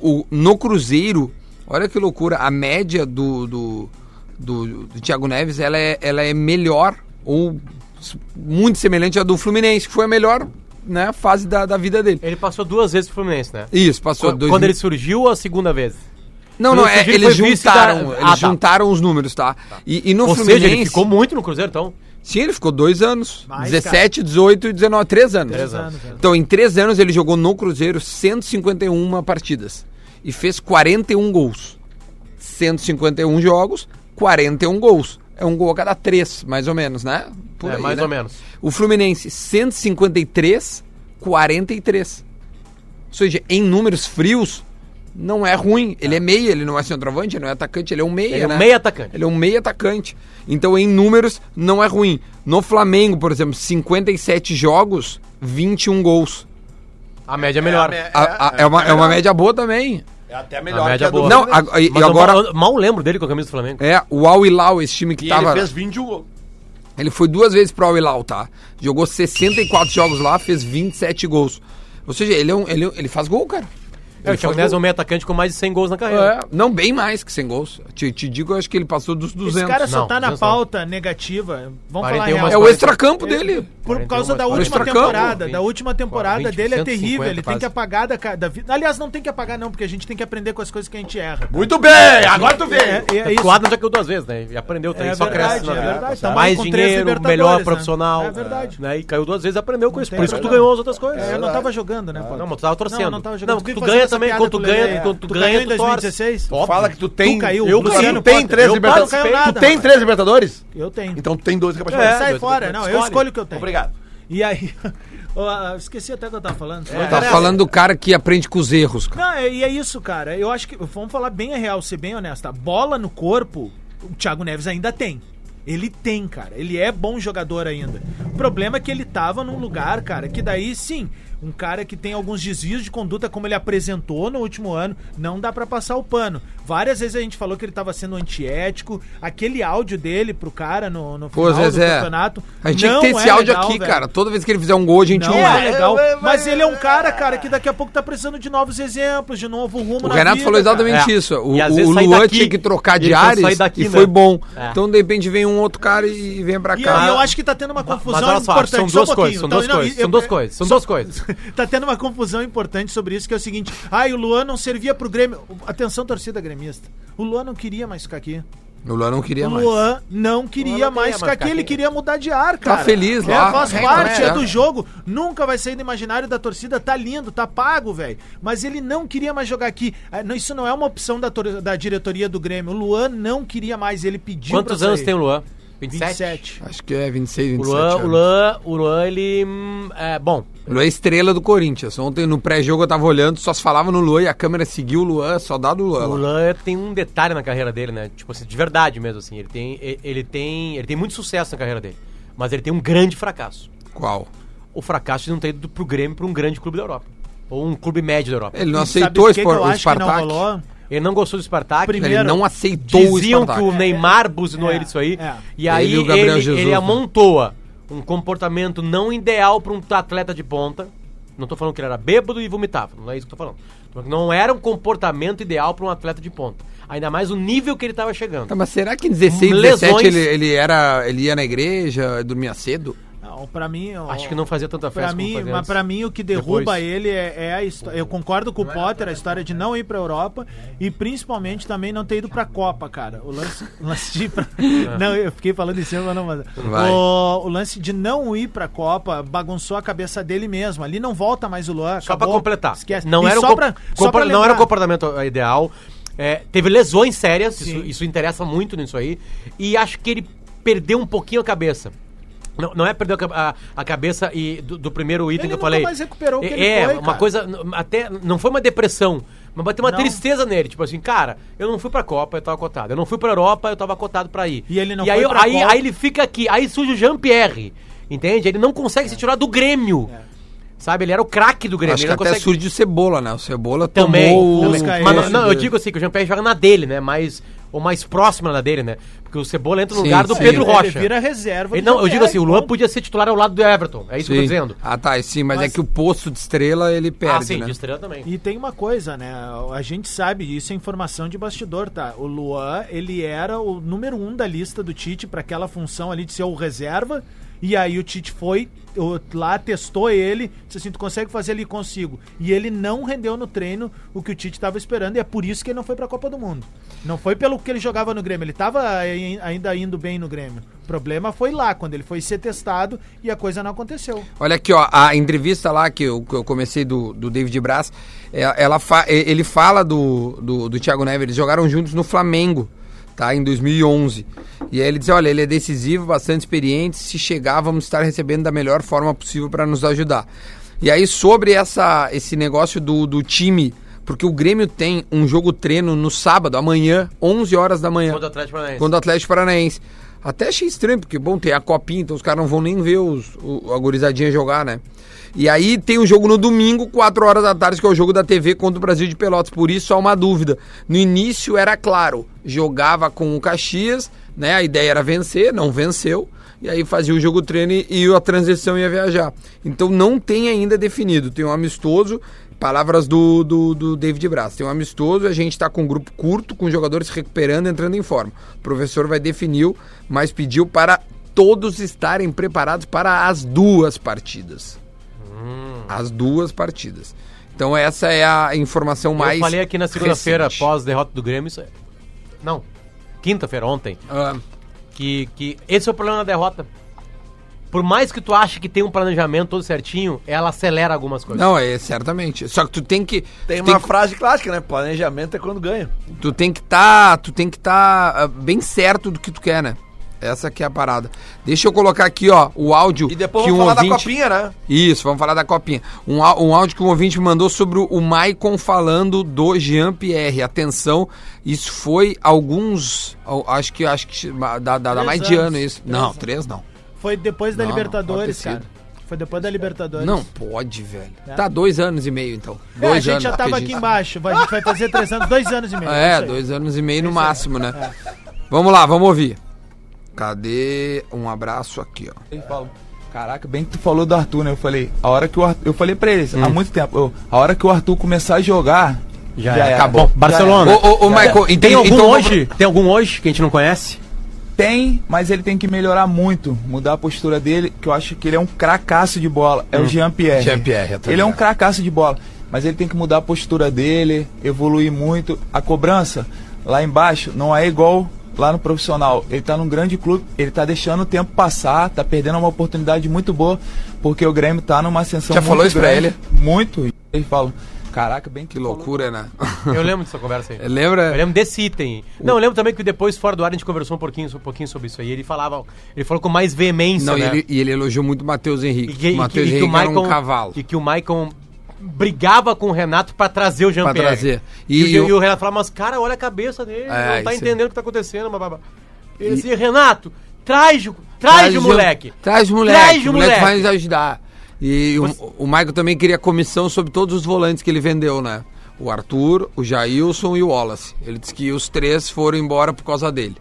[SPEAKER 2] o, o- no Cruzeiro, olha que loucura, a média do, do, do, do Thiago Neves ela é, ela é melhor ou s- muito semelhante à do Fluminense, que foi a melhor né, fase da, da vida dele.
[SPEAKER 5] Ele passou duas vezes pro Fluminense, né?
[SPEAKER 2] Isso, passou
[SPEAKER 5] Qu-
[SPEAKER 2] dois
[SPEAKER 5] Quando
[SPEAKER 2] mil-
[SPEAKER 5] ele surgiu, a segunda vez.
[SPEAKER 2] Não, não,
[SPEAKER 5] Quando
[SPEAKER 2] é,
[SPEAKER 5] surgiu,
[SPEAKER 2] eles
[SPEAKER 5] foi vice
[SPEAKER 2] juntaram,
[SPEAKER 5] da-
[SPEAKER 2] eles
[SPEAKER 5] Ah, tá.
[SPEAKER 2] juntaram os números, tá? E, e no
[SPEAKER 5] Ou
[SPEAKER 2] Fluminense...
[SPEAKER 5] seja, ele ficou muito no Cruzeiro, então.
[SPEAKER 2] Sim, ele ficou dois anos.
[SPEAKER 4] Mais,
[SPEAKER 2] 17, 18 e 19, três anos.
[SPEAKER 5] Três anos,
[SPEAKER 4] é.
[SPEAKER 2] Então, em três anos, ele jogou no Cruzeiro 151 partidas e fez 41 gols. 151 jogos, 41 gols. É um gol a cada três, mais ou menos, né? Por
[SPEAKER 5] É,
[SPEAKER 2] aí,
[SPEAKER 5] mais
[SPEAKER 2] né?
[SPEAKER 5] ou menos.
[SPEAKER 2] O Fluminense, 153, 43. Ou seja, em números frios, não é ruim. Ele é, meia, ele não é centroavante, ele não é atacante, ele é um meia,
[SPEAKER 5] Ele é um
[SPEAKER 2] né?
[SPEAKER 5] meia atacante.
[SPEAKER 2] Ele é um meio atacante. Então, em números, não é ruim. No Flamengo, por exemplo, 57 jogos, 21 gols.
[SPEAKER 5] A média é melhor.
[SPEAKER 3] É,
[SPEAKER 2] A- a- É, uma, é uma média boa também.
[SPEAKER 3] É até
[SPEAKER 5] A
[SPEAKER 3] melhor
[SPEAKER 5] média
[SPEAKER 3] a do
[SPEAKER 5] boa.
[SPEAKER 2] Não,
[SPEAKER 3] Fluminense.
[SPEAKER 2] a- e, e
[SPEAKER 5] Mas eu
[SPEAKER 2] agora
[SPEAKER 5] mal, eu mal lembro dele com a camisa do Flamengo.
[SPEAKER 2] é o Al Hilal, esse time que
[SPEAKER 3] E um.
[SPEAKER 2] tava.
[SPEAKER 3] ele fez 21
[SPEAKER 2] Ele foi duas vezes pro Al Hilal, tá? Jogou 64 jogos lá, fez 27 gols. Ou seja, ele, é um, ele, ele é um, faz gol, cara.
[SPEAKER 5] É, o Thiago Neves é um meio atacante com mais de 100 gols na carreira.
[SPEAKER 2] É, não, bem mais que 100 gols. Te, te digo, eu acho que ele passou dos 200.
[SPEAKER 4] Esse cara só
[SPEAKER 5] Não,
[SPEAKER 4] tá na
[SPEAKER 5] 200 não.
[SPEAKER 4] pauta negativa. Vamos falar
[SPEAKER 5] 41
[SPEAKER 4] real. um
[SPEAKER 5] mais
[SPEAKER 2] É o extracampo dele.
[SPEAKER 4] Por causa da
[SPEAKER 5] 41 mais
[SPEAKER 2] 40.
[SPEAKER 4] última temporada.
[SPEAKER 5] Vinte,
[SPEAKER 4] Da última temporada
[SPEAKER 5] 40,
[SPEAKER 4] dele é
[SPEAKER 5] 150
[SPEAKER 4] terrível. Ele tem
[SPEAKER 5] quase.
[SPEAKER 4] que apagar da, ca- da vida. Aliás, não tem que apagar, não, porque a gente tem que aprender com as coisas que a gente erra.
[SPEAKER 3] Muito bem, agora tu vê.
[SPEAKER 4] É, é, é isso.
[SPEAKER 5] O Adam já caiu duas vezes, né? E aprendeu também,
[SPEAKER 4] É
[SPEAKER 5] só
[SPEAKER 4] verdade,
[SPEAKER 5] cresce. na
[SPEAKER 4] é
[SPEAKER 5] vida.
[SPEAKER 4] verdade. Tá
[SPEAKER 5] mais
[SPEAKER 4] mal com três
[SPEAKER 5] dinheiro,
[SPEAKER 4] Libertadores,
[SPEAKER 5] melhor
[SPEAKER 4] né?
[SPEAKER 5] profissional.
[SPEAKER 4] É verdade.
[SPEAKER 5] Né? E caiu duas vezes e aprendeu com isso.
[SPEAKER 4] tem,
[SPEAKER 5] Por isso que tu
[SPEAKER 4] verdade.
[SPEAKER 5] ganhou as outras coisas.
[SPEAKER 4] É, eu não tava jogando, né, pô?
[SPEAKER 5] Não, mas tu tava torcendo.
[SPEAKER 4] Não, não tava jogando.
[SPEAKER 5] Não,
[SPEAKER 4] Fiquei
[SPEAKER 5] tu
[SPEAKER 4] fazendo
[SPEAKER 5] ganha
[SPEAKER 4] essa
[SPEAKER 5] também.
[SPEAKER 4] piada
[SPEAKER 5] Quando tu
[SPEAKER 4] com o
[SPEAKER 5] ganha,
[SPEAKER 4] Lele, é.
[SPEAKER 5] quando tu,
[SPEAKER 4] Tu
[SPEAKER 5] ganha,
[SPEAKER 4] caiu em
[SPEAKER 5] tu torce.
[SPEAKER 4] 2016?
[SPEAKER 5] Óbvio.
[SPEAKER 3] Fala que tu tem.
[SPEAKER 4] Tu caiu,
[SPEAKER 3] eu
[SPEAKER 4] tu
[SPEAKER 3] caí,
[SPEAKER 4] caiu,
[SPEAKER 3] tem
[SPEAKER 4] Potter.
[SPEAKER 3] três
[SPEAKER 5] Eu
[SPEAKER 3] Libertadores.
[SPEAKER 5] paro,
[SPEAKER 4] caiu
[SPEAKER 3] Tu
[SPEAKER 4] nada,
[SPEAKER 3] tem
[SPEAKER 4] rapaz.
[SPEAKER 3] três Libertadores?
[SPEAKER 4] Eu tenho.
[SPEAKER 3] Então tu tem dois capazes
[SPEAKER 5] É,
[SPEAKER 4] Sai
[SPEAKER 5] dois-
[SPEAKER 4] fora.
[SPEAKER 5] dois-
[SPEAKER 4] Não, eu
[SPEAKER 5] escolhe.
[SPEAKER 4] escolho o que eu tenho.
[SPEAKER 3] Obrigado.
[SPEAKER 4] E aí. Ó, ah, esqueci até o que eu tava falando.
[SPEAKER 2] Tá falando do cara que aprende com os erros, cara.
[SPEAKER 4] Não, é- e é isso, cara. Eu acho que. Vamos falar bem a real, ser bem honesto. A bola no corpo, o Thiago Neves ainda tem. Ele tem, cara. Ele é bom jogador ainda. O problema é que ele tava num lugar, cara, que daí sim, um cara que tem alguns desvios de conduta, como ele apresentou no último ano, não dá pra passar o pano. Várias vezes a gente falou que ele tava sendo antiético. Aquele áudio dele pro cara no, no
[SPEAKER 2] Pô, Zezé. A gente
[SPEAKER 4] não
[SPEAKER 2] tem que ter esse
[SPEAKER 4] é
[SPEAKER 2] áudio
[SPEAKER 4] legal,
[SPEAKER 2] aqui,
[SPEAKER 4] velho.
[SPEAKER 2] cara. Toda vez que ele fizer um gol, a gente
[SPEAKER 4] Não
[SPEAKER 2] usa.
[SPEAKER 4] é legal.
[SPEAKER 3] É, é, mas-
[SPEAKER 4] Mas ele é um cara, cara, que daqui a pouco tá precisando de novos exemplos, de novo rumo
[SPEAKER 2] O Renato
[SPEAKER 4] vida,
[SPEAKER 2] falou exatamente
[SPEAKER 5] cara. É.
[SPEAKER 2] isso. O,
[SPEAKER 5] E às
[SPEAKER 2] o
[SPEAKER 5] vezes sai
[SPEAKER 2] Luan
[SPEAKER 5] daqui,
[SPEAKER 2] tinha que trocar de
[SPEAKER 5] ele precisa
[SPEAKER 2] ares
[SPEAKER 5] sair daqui,
[SPEAKER 2] e
[SPEAKER 5] né?
[SPEAKER 2] foi bom.
[SPEAKER 5] É.
[SPEAKER 2] Então, de repente, vem um outro cara e vem pra
[SPEAKER 4] E
[SPEAKER 2] cá.
[SPEAKER 4] aí eu acho que tá tendo uma confusão
[SPEAKER 5] Mas olha só,
[SPEAKER 4] importante.
[SPEAKER 5] são
[SPEAKER 4] só um
[SPEAKER 5] duas coisas,
[SPEAKER 4] pouquinho.
[SPEAKER 5] são
[SPEAKER 4] Então,
[SPEAKER 5] duas
[SPEAKER 4] não,
[SPEAKER 5] coisas,
[SPEAKER 4] eu-
[SPEAKER 5] são duas coisas, são duas coisas.
[SPEAKER 4] Tá tendo uma confusão importante sobre isso, que é o seguinte. Ai, o Luan não servia pro Grêmio. Atenção, torcida gremista. O Luan não queria mais ficar aqui.
[SPEAKER 2] O Luan não queria
[SPEAKER 4] O
[SPEAKER 2] mais.
[SPEAKER 4] Luan não queria
[SPEAKER 5] Luan
[SPEAKER 4] mais ficar
[SPEAKER 5] não queria mais
[SPEAKER 4] aqui,
[SPEAKER 5] ficar
[SPEAKER 4] ele
[SPEAKER 5] aqui.
[SPEAKER 4] queria mudar de ar, cara.
[SPEAKER 2] Tá feliz lá,
[SPEAKER 4] É, faz
[SPEAKER 2] né?
[SPEAKER 4] parte,
[SPEAKER 2] É.
[SPEAKER 4] é. do jogo. Nunca vai sair do imaginário da torcida, tá lindo, tá pago, velho. Mas ele não queria mais jogar aqui. Ah, não, Isso não é uma opção da, tor- da diretoria do Grêmio. O Luan não queria mais, ele pediu
[SPEAKER 5] Quantos anos tem um o
[SPEAKER 4] Luan?
[SPEAKER 5] Luan?
[SPEAKER 4] 27.
[SPEAKER 2] Acho que é 26,
[SPEAKER 5] O
[SPEAKER 2] 27.
[SPEAKER 5] Luan,
[SPEAKER 2] anos.
[SPEAKER 5] o Luan, o Luan, ele. hum, É, bom,
[SPEAKER 2] O Luan é estrela do Corinthians. Ontem no pré-jogo eu tava olhando, só se falava no Luan e a câmera seguiu o Luan, só dá do Luan. lá.
[SPEAKER 5] O Luan tem um detalhe na carreira dele, né? Tipo assim, de verdade mesmo, assim. Ele tem, e- ele tem, ele tem muito sucesso na carreira dele. Mas ele tem um grande fracasso.
[SPEAKER 2] Qual?
[SPEAKER 5] O fracasso de não ter ido pro Grêmio pra um grande clube da Europa. Ou um clube médio da Europa.
[SPEAKER 2] Ele não
[SPEAKER 4] Sabe
[SPEAKER 2] aceitou
[SPEAKER 4] por
[SPEAKER 2] o,
[SPEAKER 4] que
[SPEAKER 2] Spor-
[SPEAKER 4] que eu
[SPEAKER 2] o
[SPEAKER 4] acho que não
[SPEAKER 2] Spartak.
[SPEAKER 4] rolou?
[SPEAKER 5] Ele não gostou do Spartak.
[SPEAKER 4] Primeiro,
[SPEAKER 2] Ele não aceitou o
[SPEAKER 5] Diziam que
[SPEAKER 2] Spartak.
[SPEAKER 5] o Neymar buzinou
[SPEAKER 4] É,
[SPEAKER 5] ele isso aí.
[SPEAKER 4] é.
[SPEAKER 5] E aí
[SPEAKER 2] Ele e o
[SPEAKER 5] ele,
[SPEAKER 2] Gabriel
[SPEAKER 5] ele,
[SPEAKER 2] Jesus, né?
[SPEAKER 5] amontoa um comportamento não ideal pra um atleta de ponta. Não tô falando que ele era bêbado e vomitava, não é isso que eu tô falando. Tô falando que Não era um comportamento ideal pra um atleta de ponta. Ainda mais o nível que ele tava chegando.
[SPEAKER 2] Tá, mas será que em 16,
[SPEAKER 5] Lesões.
[SPEAKER 2] 17 ele, ele era, ele ia na igreja, dormia cedo?
[SPEAKER 4] Não, pra mim... ó,
[SPEAKER 5] Acho que não fazia tanta festa
[SPEAKER 4] Pra mim,
[SPEAKER 5] como fazia
[SPEAKER 4] mas
[SPEAKER 5] antes.
[SPEAKER 4] pra mim o que derruba
[SPEAKER 5] Depois.
[SPEAKER 4] ele é, é a história. Eu concordo com o Potter, a história de não ir pra Europa e principalmente também não ter ido pra Copa, cara. O lance, o lance de ir pra... Não, eu fiquei falando isso, mas não. Mas...
[SPEAKER 2] Vai.
[SPEAKER 4] O, o lance de não ir pra Copa bagunçou a cabeça dele mesmo. Ali não volta mais o Luan.
[SPEAKER 5] Só pra
[SPEAKER 4] acabou,
[SPEAKER 5] completar.
[SPEAKER 4] Esquece.
[SPEAKER 5] Não,
[SPEAKER 4] E
[SPEAKER 5] era um
[SPEAKER 4] só
[SPEAKER 5] com-
[SPEAKER 4] pra, só
[SPEAKER 5] compor-
[SPEAKER 4] pra
[SPEAKER 5] não era
[SPEAKER 4] lembrar,
[SPEAKER 5] um comportamento ideal. É, teve lesões sérias, isso,
[SPEAKER 4] Sim.
[SPEAKER 5] isso interessa muito nisso aí. E acho que ele perdeu um pouquinho a cabeça. Não, não é perder a, ca- a- a cabeça e do, do primeiro item
[SPEAKER 4] Ele
[SPEAKER 5] que eu
[SPEAKER 4] nunca
[SPEAKER 5] falei.
[SPEAKER 4] mais recuperou o que ele
[SPEAKER 5] é,
[SPEAKER 4] foi,
[SPEAKER 5] uma
[SPEAKER 4] cara.
[SPEAKER 5] coisa. n- Até, não foi uma depressão, mas bateu uma
[SPEAKER 4] Não.
[SPEAKER 5] tristeza nele. Tipo assim, cara, eu não fui pra Copa, eu tava cotado. Eu não fui pra Europa, eu tava cotado pra ir.
[SPEAKER 4] E ele não
[SPEAKER 5] aí,
[SPEAKER 4] foi pra
[SPEAKER 5] aí,
[SPEAKER 4] Copa.
[SPEAKER 5] aí ele fica aqui, aí surge o Jean-Pierre. Entende? Ele não consegue
[SPEAKER 4] É.
[SPEAKER 5] se tirar do Grêmio. Sabe? Ele era o craque do Grêmio.
[SPEAKER 2] Acho que
[SPEAKER 5] ele
[SPEAKER 2] até
[SPEAKER 5] não consegue-
[SPEAKER 2] surge o Cebola, né? O Cebola
[SPEAKER 5] também.
[SPEAKER 2] tomou o...
[SPEAKER 5] também.
[SPEAKER 4] Busca
[SPEAKER 5] Mas
[SPEAKER 4] ele.
[SPEAKER 5] não, não, eu digo assim, que o Jean-Pierre joga na dele, né? Mais, ou mais próxima na dele, né? Porque o Cebola entra no
[SPEAKER 2] Sim,
[SPEAKER 5] lugar do
[SPEAKER 2] sim.
[SPEAKER 5] Pedro
[SPEAKER 4] ele-
[SPEAKER 5] Rocha.
[SPEAKER 4] Ele vira reserva.
[SPEAKER 5] Ele
[SPEAKER 4] do
[SPEAKER 5] não, eu digo
[SPEAKER 4] Jean-Pierre,
[SPEAKER 5] assim, o Luan
[SPEAKER 4] ponto.
[SPEAKER 5] podia ser titular ao lado do Everton. É isso que eu
[SPEAKER 2] Sim.
[SPEAKER 5] tô dizendo.
[SPEAKER 2] Ah, tá, sim, mas,
[SPEAKER 4] Mas-
[SPEAKER 2] é que o posto de estrela ele perde,
[SPEAKER 5] ah, sim,
[SPEAKER 2] né?
[SPEAKER 5] de estrela também.
[SPEAKER 4] E tem uma coisa, né? A gente sabe, isso é informação de bastidor, tá? O Luan, ele era o número um da lista do Tite para aquela função ali de ser o reserva. E aí o Tite foi o- lá, testou ele, disse assim, tu consegue fazer ali consigo. E ele não rendeu no treino o que o Tite estava esperando, e é por isso que ele não foi pra Copa do Mundo. Não foi pelo que ele jogava no Grêmio, ele tava em- ainda indo bem no Grêmio. O problema foi lá, quando ele foi ser testado e a coisa não aconteceu.
[SPEAKER 2] Olha aqui, ó, a entrevista lá que eu, que eu comecei do, do David Braz, é, ela fa- e- ele fala do, do, do Thiago Neves, eles jogaram juntos no Flamengo, tá, em 2011. E aí ele diz, olha, ele é decisivo, bastante experiente, se chegar vamos estar recebendo da melhor forma possível para nos ajudar. E aí sobre essa, esse negócio do, do time, porque o Grêmio tem um jogo treino no sábado, amanhã, 11 horas da manhã.
[SPEAKER 5] Contra o Atlético Paranaense.
[SPEAKER 2] Quando o Atlético Paranaense. Até achei estranho, porque, bom, tem a copinha, então os caras não vão nem ver os, o, a gurizadinha jogar, né? E aí tem o jogo no domingo, 4 horas da tarde, que é o jogo da TV contra o Brasil de Pelotas. Por isso, há uma dúvida. No início era claro, jogava com o Caxias, né? A ideia era vencer, não venceu. E aí fazia o jogo treino e, e a transição ia viajar. Então não tem ainda definido. Tem um amistoso Palavras do, do, do David Braz. Tem um amistoso, a gente está com um grupo curto, com jogadores se recuperando, entrando em forma. O professor vai definir, mas pediu para todos estarem preparados para as duas partidas.
[SPEAKER 5] Hum.
[SPEAKER 2] As duas partidas. Então essa é a informação mais.
[SPEAKER 5] Eu falei aqui na segunda-feira,
[SPEAKER 2] recente.
[SPEAKER 5] pós derrota do Grêmio, isso é... Não, quinta-feira, ontem,
[SPEAKER 2] Ah,
[SPEAKER 5] que, que esse é o problema da derrota. Por mais que tu ache que tem um planejamento todo certinho, ela acelera algumas coisas.
[SPEAKER 2] não, é certamente. Só que tu tem que.
[SPEAKER 3] Tem
[SPEAKER 2] tu tem
[SPEAKER 3] uma
[SPEAKER 2] que-
[SPEAKER 3] frase clássica, né? Planejamento é quando ganha.
[SPEAKER 2] Tu tem que tá, tu tem que tá ah, bem certo do que tu quer, né? Essa que é a parada. Deixa eu colocar aqui, ó, o áudio
[SPEAKER 3] E depois
[SPEAKER 2] que um
[SPEAKER 3] vamos falar da
[SPEAKER 2] ouvinte-
[SPEAKER 3] copinha, né?
[SPEAKER 2] Isso, vamos falar da copinha. Um, á- um áudio que um ouvinte me mandou sobre o- o Maicon falando do Jean Pierre. Atenção, isso foi alguns, ao- acho que acho que dá, dá, dá
[SPEAKER 4] Três
[SPEAKER 2] mais de
[SPEAKER 4] anos,
[SPEAKER 2] ano isso.
[SPEAKER 4] três
[SPEAKER 2] não,
[SPEAKER 4] anos.
[SPEAKER 2] três não.
[SPEAKER 4] Foi depois da
[SPEAKER 2] Não, não,
[SPEAKER 4] Libertadores,
[SPEAKER 2] pode ter
[SPEAKER 4] cara. Foi depois da Libertadores.
[SPEAKER 2] Não pode, velho.
[SPEAKER 4] É.
[SPEAKER 2] Tá dois anos e meio então.
[SPEAKER 4] É,
[SPEAKER 2] Dois
[SPEAKER 4] a gente
[SPEAKER 2] anos,
[SPEAKER 4] já tava aqui
[SPEAKER 2] acredito.
[SPEAKER 4] embaixo. vai- A gente vai fazer três anos, dois anos e meio.
[SPEAKER 2] É,
[SPEAKER 4] isso aí.
[SPEAKER 2] dois anos e
[SPEAKER 5] É
[SPEAKER 2] meio no máximo, né? Vamos lá, vamos ouvir. Cadê? Um abraço aqui, ó.
[SPEAKER 9] Caraca, bem que tu falou do Arthur, né? Eu falei, a hora que o Arthur, eu falei pra eles há muito tempo, eu, a hora que o Arthur começar a jogar,
[SPEAKER 5] Já,
[SPEAKER 9] Já
[SPEAKER 5] era.
[SPEAKER 9] era.
[SPEAKER 5] acabou.
[SPEAKER 9] Já
[SPEAKER 5] Barcelona.
[SPEAKER 2] era. tá Ô, ô, ô, Michael,
[SPEAKER 5] tem
[SPEAKER 2] entendi-
[SPEAKER 5] algum
[SPEAKER 2] então vamos-
[SPEAKER 5] hoje? Tem algum hoje que a gente não conhece?
[SPEAKER 9] tem, mas ele tem que melhorar muito, mudar a postura dele, que eu acho que ele é um cracaço de bola. É o Jean Pierre.
[SPEAKER 2] Jean Pierre, eu tô
[SPEAKER 9] Ele é um
[SPEAKER 2] Hum. tá ligado.
[SPEAKER 9] cracaço de bola, mas ele tem que mudar a postura dele, evoluir muito. A cobrança lá embaixo não é igual lá no profissional. Ele tá num grande clube, ele tá deixando o tempo passar, tá perdendo uma oportunidade muito boa, porque o Grêmio tá numa ascensão
[SPEAKER 2] Já
[SPEAKER 9] muito
[SPEAKER 2] falou isso pra
[SPEAKER 9] grande, Muito. Ele fala, caraca, bem
[SPEAKER 2] Que loucura, né?
[SPEAKER 5] Eu lembro dessa conversa aí. Eu
[SPEAKER 2] Lembra?
[SPEAKER 5] lembro desse item. Não, eu lembro também que depois, fora do ar, a gente conversou um pouquinho, um pouquinho sobre isso aí. Ele falava, ele falou com mais veemência,
[SPEAKER 2] Não, e
[SPEAKER 5] né?
[SPEAKER 2] ele, e ele elogiou muito o Matheus
[SPEAKER 5] E
[SPEAKER 2] Henrique.
[SPEAKER 5] que,
[SPEAKER 2] O
[SPEAKER 5] e que,
[SPEAKER 2] Matheus
[SPEAKER 5] e que o
[SPEAKER 2] Henrique era
[SPEAKER 5] Maicon,
[SPEAKER 2] um cavalo
[SPEAKER 5] E que o Maicon brigava com o Renato pra trazer o
[SPEAKER 2] pra
[SPEAKER 5] Jean-Pierre.
[SPEAKER 2] trazer.
[SPEAKER 5] E,
[SPEAKER 2] E,
[SPEAKER 5] o- e
[SPEAKER 2] eu-
[SPEAKER 5] o Renato falava, mas cara, olha a cabeça dele,
[SPEAKER 2] É,
[SPEAKER 5] não tá
[SPEAKER 2] isso aí.
[SPEAKER 5] entendendo o que tá acontecendo, babá. Ele dizia, Renato, traz, o- traz o moleque.
[SPEAKER 2] um- Traz o moleque.
[SPEAKER 5] Traz o
[SPEAKER 2] o moleque.
[SPEAKER 5] moleque.
[SPEAKER 2] vai nos ajudar. E o, o Michael também queria comissão sobre todos os volantes que ele vendeu, né? O Arthur, o Jailson e o Wallace. Ele disse que os três foram embora por causa dele.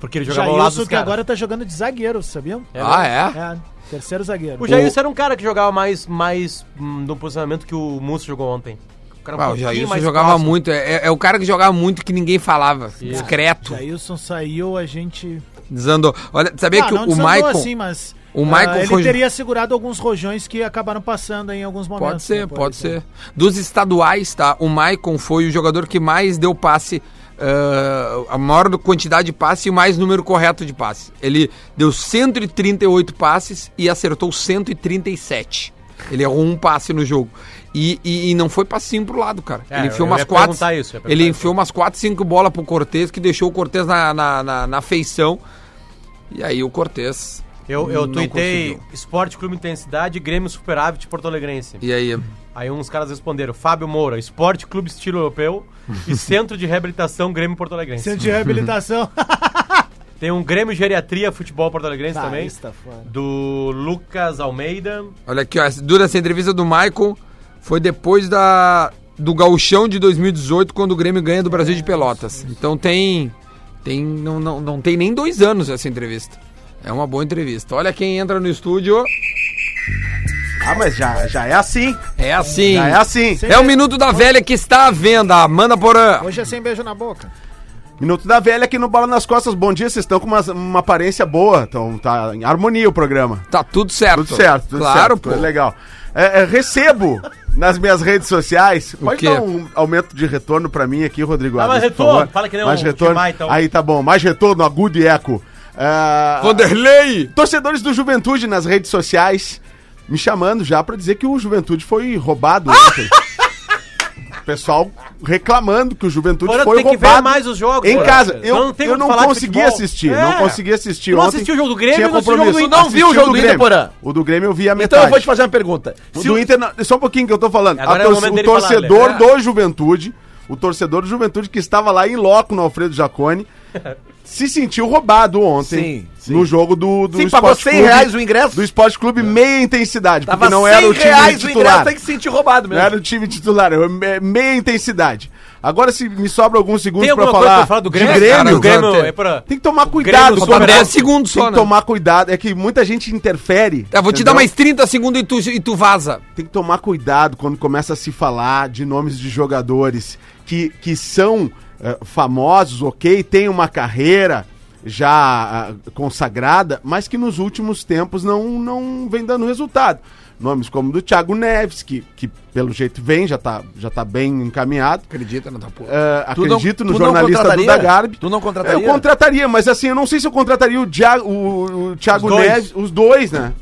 [SPEAKER 5] Porque ele jogava ao lado
[SPEAKER 4] Jailson,
[SPEAKER 5] dos
[SPEAKER 4] que
[SPEAKER 5] caras.
[SPEAKER 4] agora tá jogando de zagueiro, sabiam?
[SPEAKER 2] ah, é?
[SPEAKER 4] É, terceiro zagueiro.
[SPEAKER 5] O Jailson era um cara que jogava mais, mais hum, no posicionamento que o Musso jogou ontem. O cara um
[SPEAKER 2] Ah, o
[SPEAKER 5] pouquinho
[SPEAKER 2] Jailson
[SPEAKER 5] mais
[SPEAKER 2] jogava
[SPEAKER 5] próximo.
[SPEAKER 2] muito. É, é- é o cara que jogava muito que ninguém falava. Discreto.
[SPEAKER 4] Jailson saiu, a gente.
[SPEAKER 2] Desandou. Olha, sabia
[SPEAKER 4] Ah,
[SPEAKER 2] que
[SPEAKER 4] não
[SPEAKER 2] o
[SPEAKER 4] desandou
[SPEAKER 2] Maicon.
[SPEAKER 4] assim, mas.
[SPEAKER 2] o
[SPEAKER 4] ah,
[SPEAKER 2] Maicon
[SPEAKER 4] ele
[SPEAKER 2] foi-
[SPEAKER 4] teria segurado alguns rojões que acabaram passando em alguns momentos.
[SPEAKER 2] Pode ser,
[SPEAKER 4] né, por
[SPEAKER 2] pode
[SPEAKER 4] exemplo.
[SPEAKER 2] ser. Dos estaduais, tá? O Maicon foi o jogador que mais deu passe, ah, a maior quantidade de passe e o mais número correto de passes. Ele deu 138 passes e acertou 137. Ele errou um passe no jogo. E, e, e não foi passinho pro lado, cara.
[SPEAKER 5] É,
[SPEAKER 2] ele
[SPEAKER 5] eu
[SPEAKER 2] enfiou umas
[SPEAKER 5] ia
[SPEAKER 2] quatro.
[SPEAKER 5] perguntar isso, eu ia perguntar
[SPEAKER 2] ele
[SPEAKER 5] isso.
[SPEAKER 2] enfiou umas quatro, cinco bolas pro Cortez, que deixou o Cortez na, na, na, na feição. E aí o Cortez.
[SPEAKER 5] Eu, eu
[SPEAKER 2] não
[SPEAKER 5] tuitei
[SPEAKER 2] conseguiu.
[SPEAKER 5] Esporte Clube Intensidade, Grêmio Superávit Porto Alegrense.
[SPEAKER 2] E aí?
[SPEAKER 5] Aí uns caras responderam: Fábio Moura, Esporte Clube Estilo Europeu e Centro de Reabilitação Grêmio Porto Alegrense.
[SPEAKER 4] Centro de reabilitação.
[SPEAKER 5] Tem um Grêmio Geriatria Futebol Porto Alegrense
[SPEAKER 4] Ah,
[SPEAKER 5] também.
[SPEAKER 4] isso tá fora.
[SPEAKER 5] Do Lucas Almeida.
[SPEAKER 2] Olha aqui, ó. essa- Dura essa entrevista do Maicon foi depois da do gauchão de 2018, quando o Grêmio ganha do Brasil de Pelotas. Então tem. tem não, não, não tem nem dois anos essa entrevista. É uma boa entrevista. Olha quem entra no estúdio.
[SPEAKER 10] Ah, mas já, já é assim.
[SPEAKER 2] É assim.
[SPEAKER 10] Já é
[SPEAKER 2] É,
[SPEAKER 10] assim.
[SPEAKER 2] o Minuto da Velha que está à venda. Amanda Porã.
[SPEAKER 4] Hoje é sem beijo na boca.
[SPEAKER 10] Minuto da Velha aqui no Bola nas Costas. Bom dia, vocês estão com uma, uma aparência boa. Então tá em harmonia o programa.
[SPEAKER 2] Tá tudo certo.
[SPEAKER 10] Tudo certo, tudo
[SPEAKER 2] claro,
[SPEAKER 10] certo. tudo
[SPEAKER 2] pô.
[SPEAKER 10] Legal. É, é, recebo nas minhas redes sociais. Pode
[SPEAKER 2] quê?
[SPEAKER 10] dar um aumento de retorno pra mim aqui, Rodrigo
[SPEAKER 5] Dá mais
[SPEAKER 10] Adams,
[SPEAKER 5] retorno, fala que deu
[SPEAKER 10] mais
[SPEAKER 5] um
[SPEAKER 10] retorno.
[SPEAKER 5] Timar, então.
[SPEAKER 10] Aí tá bom, mais retorno, agudo e eco. Ah,
[SPEAKER 2] Vanderlei!
[SPEAKER 10] torcedores do Juventude nas redes sociais me chamando já pra dizer que o Juventude foi roubado ontem. O pessoal reclamando que o Juventude
[SPEAKER 5] Agora
[SPEAKER 10] foi
[SPEAKER 5] tem que
[SPEAKER 10] roubado.
[SPEAKER 5] ver mais os jogos,
[SPEAKER 10] Em
[SPEAKER 5] Porã.
[SPEAKER 10] casa,
[SPEAKER 5] Então
[SPEAKER 10] eu
[SPEAKER 5] não
[SPEAKER 10] não,
[SPEAKER 5] tem
[SPEAKER 10] eu
[SPEAKER 5] como
[SPEAKER 10] não
[SPEAKER 5] falar de
[SPEAKER 10] consegui
[SPEAKER 5] futebol.
[SPEAKER 10] assistir,
[SPEAKER 5] É.
[SPEAKER 10] não consegui assistir.
[SPEAKER 5] Tu não
[SPEAKER 10] Ontem
[SPEAKER 5] assistiu o jogo do Grêmio,
[SPEAKER 10] tinha
[SPEAKER 5] não assistiu o jogo
[SPEAKER 10] compromisso.
[SPEAKER 5] do
[SPEAKER 10] Assisti
[SPEAKER 5] Inter.
[SPEAKER 10] o
[SPEAKER 5] Não viu
[SPEAKER 10] jogo do Grêmio.
[SPEAKER 5] Porã.
[SPEAKER 10] O do Grêmio eu vi a metade.
[SPEAKER 3] Então eu vou te fazer uma pergunta.
[SPEAKER 10] Se o Inter, não- só um pouquinho que eu tô falando. A
[SPEAKER 5] Agora é o
[SPEAKER 10] torce-
[SPEAKER 5] momento
[SPEAKER 10] o,
[SPEAKER 5] dele
[SPEAKER 10] torcedor
[SPEAKER 5] falar,
[SPEAKER 10] do Juventude, o torcedor do Juventude que estava lá em loco no Alfredo Jacone, se sentiu roubado ontem
[SPEAKER 3] Sim, sim.
[SPEAKER 10] no jogo do do
[SPEAKER 3] Sim, pagou
[SPEAKER 10] Esporte
[SPEAKER 3] 100
[SPEAKER 10] Clube-
[SPEAKER 3] reais o ingresso.
[SPEAKER 10] do Esporte Clube meia intensidade,
[SPEAKER 3] Tava
[SPEAKER 10] porque não era o
[SPEAKER 3] 100 reais o
[SPEAKER 10] time
[SPEAKER 3] ingresso,
[SPEAKER 10] titular.
[SPEAKER 3] tem que se sentir roubado
[SPEAKER 10] Não
[SPEAKER 3] mesmo.
[SPEAKER 10] era o time titular, era me- meia é intensidade. Agora, se me sobra alguns segundos
[SPEAKER 5] Tem
[SPEAKER 10] pra
[SPEAKER 5] alguma coisa
[SPEAKER 10] falar,
[SPEAKER 5] pra falar do Grêmio?
[SPEAKER 10] de Grêmio,
[SPEAKER 5] O Grêmio
[SPEAKER 2] cara,
[SPEAKER 5] é pra...
[SPEAKER 10] tem que tomar
[SPEAKER 5] Grêmio
[SPEAKER 10] cuidado.
[SPEAKER 5] só
[SPEAKER 10] com a-
[SPEAKER 2] pra 10 segundos
[SPEAKER 10] Tem
[SPEAKER 2] só,
[SPEAKER 10] que
[SPEAKER 2] né?
[SPEAKER 10] tomar cuidado. É que muita gente interfere.
[SPEAKER 2] Eu É, vou te dar
[SPEAKER 10] entendeu?
[SPEAKER 2] mais 30 segundos e tu, e tu vaza.
[SPEAKER 10] tem que tomar cuidado quando começa a se falar de nomes de jogadores que, que são eh, famosos, ok, têm uma carreira já ah, consagrada, mas que nos últimos tempos não, não vem dando resultado. Nomes como do Thiago Neves, que, que pelo jeito vem, já tá, já tá bem encaminhado.
[SPEAKER 2] Acredita na tua porra.
[SPEAKER 10] Eh,
[SPEAKER 3] Tu não-
[SPEAKER 10] acredito
[SPEAKER 3] tu
[SPEAKER 10] no
[SPEAKER 3] não
[SPEAKER 10] jornalista
[SPEAKER 3] contrataria?
[SPEAKER 10] Duda Garbi.
[SPEAKER 3] Tu não contrataria?
[SPEAKER 10] Eu contrataria, mas assim, eu não sei se eu contrataria o, Dia, o, o Thiago
[SPEAKER 5] Os dois.
[SPEAKER 10] Neves, os dois, né?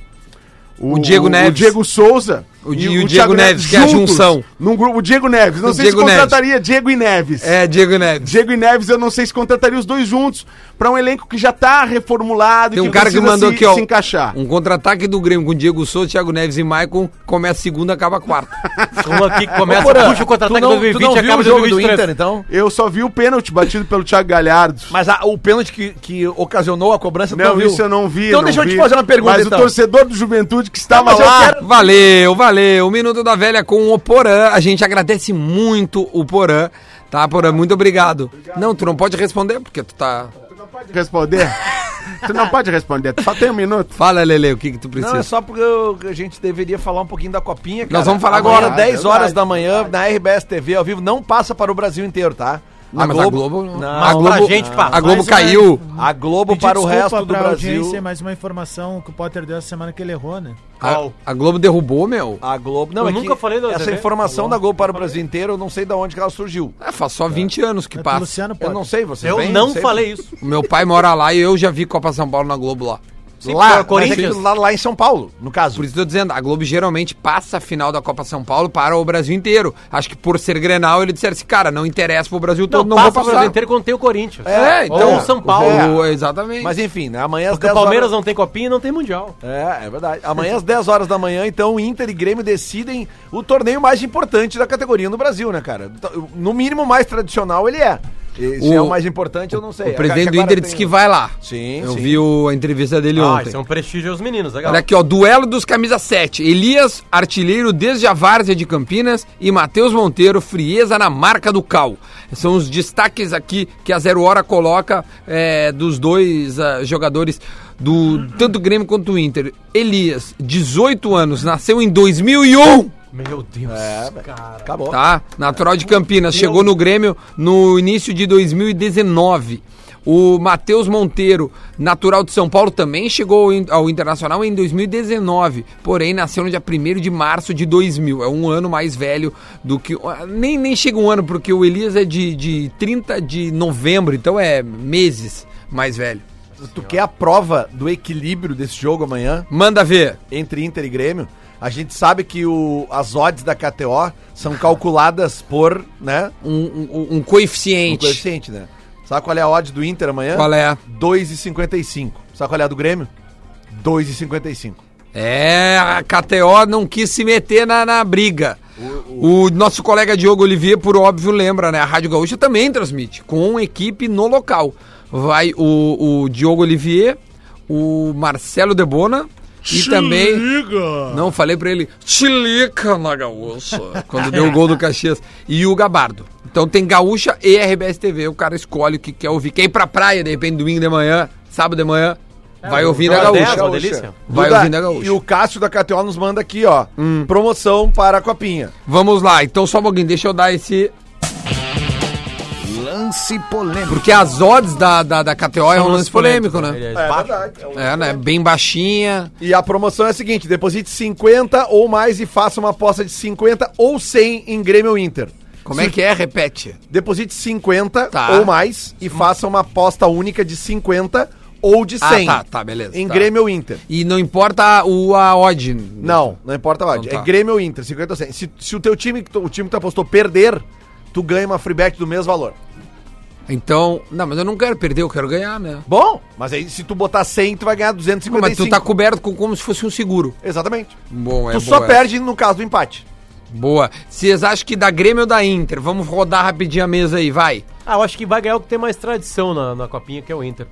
[SPEAKER 2] O Diego Neves.
[SPEAKER 10] O Diego Souza.
[SPEAKER 2] O Di- e o Diego Neves, que é a
[SPEAKER 10] juntos,
[SPEAKER 2] junção.
[SPEAKER 10] Num grupo, o Diego Neves. Não
[SPEAKER 2] O
[SPEAKER 10] sei
[SPEAKER 2] Diego
[SPEAKER 10] se
[SPEAKER 2] Neves.
[SPEAKER 10] contrataria Diego e Neves.
[SPEAKER 2] É, Diego Neves.
[SPEAKER 10] Diego e Neves, eu não sei se contrataria os dois juntos pra um elenco que já tá reformulado e
[SPEAKER 2] Tem um cara que
[SPEAKER 10] precisa
[SPEAKER 2] mandou
[SPEAKER 10] se,
[SPEAKER 2] aqui, ó.
[SPEAKER 10] se encaixar.
[SPEAKER 2] Um contra-ataque do Grêmio com Diego Souza, Thiago Neves e Maicon. Começa segunda, acaba quarta.
[SPEAKER 5] Um aqui que começa, puxa o contra-ataque
[SPEAKER 3] tu não,
[SPEAKER 5] 2020
[SPEAKER 3] tu não
[SPEAKER 5] e
[SPEAKER 3] viu
[SPEAKER 5] acaba
[SPEAKER 3] o jogo do
[SPEAKER 5] 2023.
[SPEAKER 3] Inter, então?
[SPEAKER 10] Eu só vi o pênalti batido pelo Thiago Galhardo.
[SPEAKER 3] Mas a- o pênalti que, que ocasionou a cobrança, tu
[SPEAKER 10] Não, isso eu não vi.
[SPEAKER 3] Então
[SPEAKER 10] não
[SPEAKER 3] deixa eu te
[SPEAKER 10] vi.
[SPEAKER 3] fazer uma pergunta,
[SPEAKER 10] Mas
[SPEAKER 3] então.
[SPEAKER 10] o torcedor do Juventude que estava
[SPEAKER 3] Mas eu
[SPEAKER 10] lá...
[SPEAKER 3] quero-
[SPEAKER 2] Valeu, valeu. O Minuto da Velha com o Porã. A gente agradece muito o Porã. Tá, Porã? Muito obrigado. Não, tu não pode responder porque tu tá.
[SPEAKER 10] responder? tu não pode responder, tu só tem um minuto.
[SPEAKER 2] Fala, Lele, o que que tu
[SPEAKER 3] Não, é
[SPEAKER 2] precisa.
[SPEAKER 3] só porque eu- a gente deveria falar um pouquinho da copinha, cara.
[SPEAKER 2] vamos falar
[SPEAKER 3] Amanhã,
[SPEAKER 2] agora.
[SPEAKER 3] 10 horas
[SPEAKER 10] Verdade,
[SPEAKER 3] da manhã, na RBS TV, ao vivo, não passa para o Brasil inteiro, tá?
[SPEAKER 2] Não, Ah, mas
[SPEAKER 3] Não,
[SPEAKER 2] a Globo,
[SPEAKER 5] pra gente passa.
[SPEAKER 2] a Globo
[SPEAKER 4] Mas,
[SPEAKER 2] caiu.
[SPEAKER 3] A Globo
[SPEAKER 4] Pedir
[SPEAKER 3] para o
[SPEAKER 4] desculpa
[SPEAKER 3] resto do
[SPEAKER 4] pra
[SPEAKER 3] Brasil.
[SPEAKER 4] audiência e mais uma informação que o Potter deu essa semana que ele errou, né?
[SPEAKER 2] A, a Globo derrubou, meu.
[SPEAKER 3] A Globo. Não,
[SPEAKER 5] Eu
[SPEAKER 3] é que
[SPEAKER 5] nunca falei da
[SPEAKER 3] Essa
[SPEAKER 5] TV.
[SPEAKER 3] informação da Globo para o Brasil inteiro, eu não sei de onde que ela surgiu.
[SPEAKER 2] É, faz só 20 anos que
[SPEAKER 4] É do
[SPEAKER 2] passa.
[SPEAKER 4] Luciano
[SPEAKER 3] Eu
[SPEAKER 4] Potter.
[SPEAKER 3] não sei, você
[SPEAKER 5] Eu
[SPEAKER 3] vem,
[SPEAKER 5] não
[SPEAKER 3] sei.
[SPEAKER 5] falei isso.
[SPEAKER 2] Meu pai mora lá e eu já vi Copa São Paulo na Globo lá.
[SPEAKER 5] porque é
[SPEAKER 3] Lá, mas é que
[SPEAKER 5] Corinthians.
[SPEAKER 3] lá, lá em São Paulo, no caso.
[SPEAKER 2] Por isso que eu tô dizendo, a Globo geralmente passa a final da Copa São Paulo para o Brasil inteiro. Acho que por ser Grenal, ele disseram assim, cara, não interessa pro Brasil
[SPEAKER 5] Não,
[SPEAKER 2] todo, não,
[SPEAKER 5] passa
[SPEAKER 2] vou
[SPEAKER 5] o Brasil
[SPEAKER 2] passar.
[SPEAKER 5] inteiro quando tem o Corinthians.
[SPEAKER 3] É,
[SPEAKER 5] Ou
[SPEAKER 3] então-
[SPEAKER 5] o São Paulo.
[SPEAKER 3] É.
[SPEAKER 2] O- exatamente.
[SPEAKER 3] Mas enfim, né? amanhã às
[SPEAKER 5] Porque o
[SPEAKER 3] 10
[SPEAKER 5] Palmeiras
[SPEAKER 3] horas...
[SPEAKER 5] não tem copinha e não tem mundial.
[SPEAKER 3] É, é verdade. Amanhã às 10 horas da manhã, então, Inter e Grêmio decidem o torneio mais importante da categoria no Brasil, né, cara? Então, No mínimo, mais tradicional ele é. E Se
[SPEAKER 2] O-
[SPEAKER 3] é o mais importante, eu não sei.
[SPEAKER 2] o presidente do Inter disse que vai lá.
[SPEAKER 3] Sim,
[SPEAKER 2] Eu
[SPEAKER 3] sim.
[SPEAKER 2] vi o- a entrevista dele
[SPEAKER 5] Ah,
[SPEAKER 2] ontem.
[SPEAKER 5] isso é um prestígio aos meninos, legal.
[SPEAKER 2] Olha aqui, ó, duelo dos camisa 7. Elias, artilheiro desde a Várzea de Campinas e Matheus Monteiro, frieza na marca do cal. São os destaques aqui que a Zero Hora coloca é, dos dois ah, jogadores do tanto o Grêmio quanto o Inter. Elias, 18 anos, nasceu em 2001,
[SPEAKER 5] Meu Deus, cara.
[SPEAKER 3] Acabou.
[SPEAKER 2] tá? Natural de Campinas, chegou no Grêmio no início de 2019. O Matheus Monteiro, natural de São Paulo, também chegou em- ao Internacional em 2019, porém nasceu no dia 1 de março de 2000. É um ano mais velho do que. Nem, nem chega um ano, porque o Elias é de, de 30 de novembro, então é meses mais velho.
[SPEAKER 3] Tu quer a prova do equilíbrio desse jogo amanhã?
[SPEAKER 2] Manda ver.
[SPEAKER 3] entre Inter e Grêmio, a gente sabe que o, as odds da KTO são calculadas por, né?
[SPEAKER 2] Um, um- um
[SPEAKER 3] Um
[SPEAKER 2] coeficiente.
[SPEAKER 3] coeficiente, né? Sabe qual é a odd do Inter amanhã?
[SPEAKER 2] Qual é?
[SPEAKER 3] 2,55. Sabe qual é a do Grêmio? 2,55.
[SPEAKER 2] É, a KTO não quis se meter na, na briga. O, nosso colega Diogo Olivier, por óbvio, lembra, né? A Rádio Gaúcha também transmite, com equipe no local. Vai o, o Diogo Olivier, o Marcelo Debona e também. Não, falei pra ele, chilica na gaúcha, quando deu o gol do Caxias. E o Gabardo. Então tem gaúcha e RBS TV, o cara escolhe o que quer ouvir. Quer ir pra praia, de repente, domingo de manhã, sábado de manhã, vai ouvir na
[SPEAKER 5] jogo Tá dez,
[SPEAKER 2] gaúcha.
[SPEAKER 5] uma delícia.
[SPEAKER 2] Vai
[SPEAKER 3] Duda,
[SPEAKER 2] ouvindo a Gaúcha. Hum.
[SPEAKER 3] E o Cássio da KTO nos manda aqui, ó.
[SPEAKER 2] Então,
[SPEAKER 3] Promoção para a copinha.
[SPEAKER 2] Vamos lá, então só um pouquinho, deixa eu dar esse.
[SPEAKER 1] Lance polêmico.
[SPEAKER 2] Porque as odds da, da, da KTO é um lance polêmico, né?
[SPEAKER 5] Ele é-
[SPEAKER 3] verdade.
[SPEAKER 2] É, né? Bem baixinha.
[SPEAKER 3] E a promoção é a seguinte: deposite 50 ou mais e faça uma aposta de 50 ou 100 em Grêmio ou Inter.
[SPEAKER 2] Como é que é? Repete.
[SPEAKER 3] Deposite 50
[SPEAKER 2] Tá.
[SPEAKER 3] ou mais e faça uma aposta única de 50 ou de 100.
[SPEAKER 2] Ah, tá, tá, beleza.
[SPEAKER 3] Em
[SPEAKER 2] tá.
[SPEAKER 3] Grêmio ou Inter.
[SPEAKER 2] E não importa a, o, a odd.
[SPEAKER 3] Não, não importa a
[SPEAKER 2] Então tá.
[SPEAKER 3] É Grêmio ou Inter, 50 ou 100. Se, se o teu time, que tu- o time que tu apostou perder, tu ganha uma free bet do mesmo valor.
[SPEAKER 2] Então. Não, mas eu não quero perder, eu quero ganhar, né?
[SPEAKER 3] Bom, mas aí se tu botar 100, tu vai ganhar
[SPEAKER 2] Não,
[SPEAKER 3] 255.
[SPEAKER 2] mas tu tá coberto com, como se fosse um seguro.
[SPEAKER 3] Exatamente.
[SPEAKER 2] Bom, é boa
[SPEAKER 3] tu só
[SPEAKER 2] essa.
[SPEAKER 3] perde no caso do empate.
[SPEAKER 2] Boa. Vocês acham que da Grêmio ou da Inter? Vamos rodar rapidinho a mesa aí, vai.
[SPEAKER 5] Ah, eu acho que vai ganhar o que tem mais tradição na, na copinha, que é o Inter.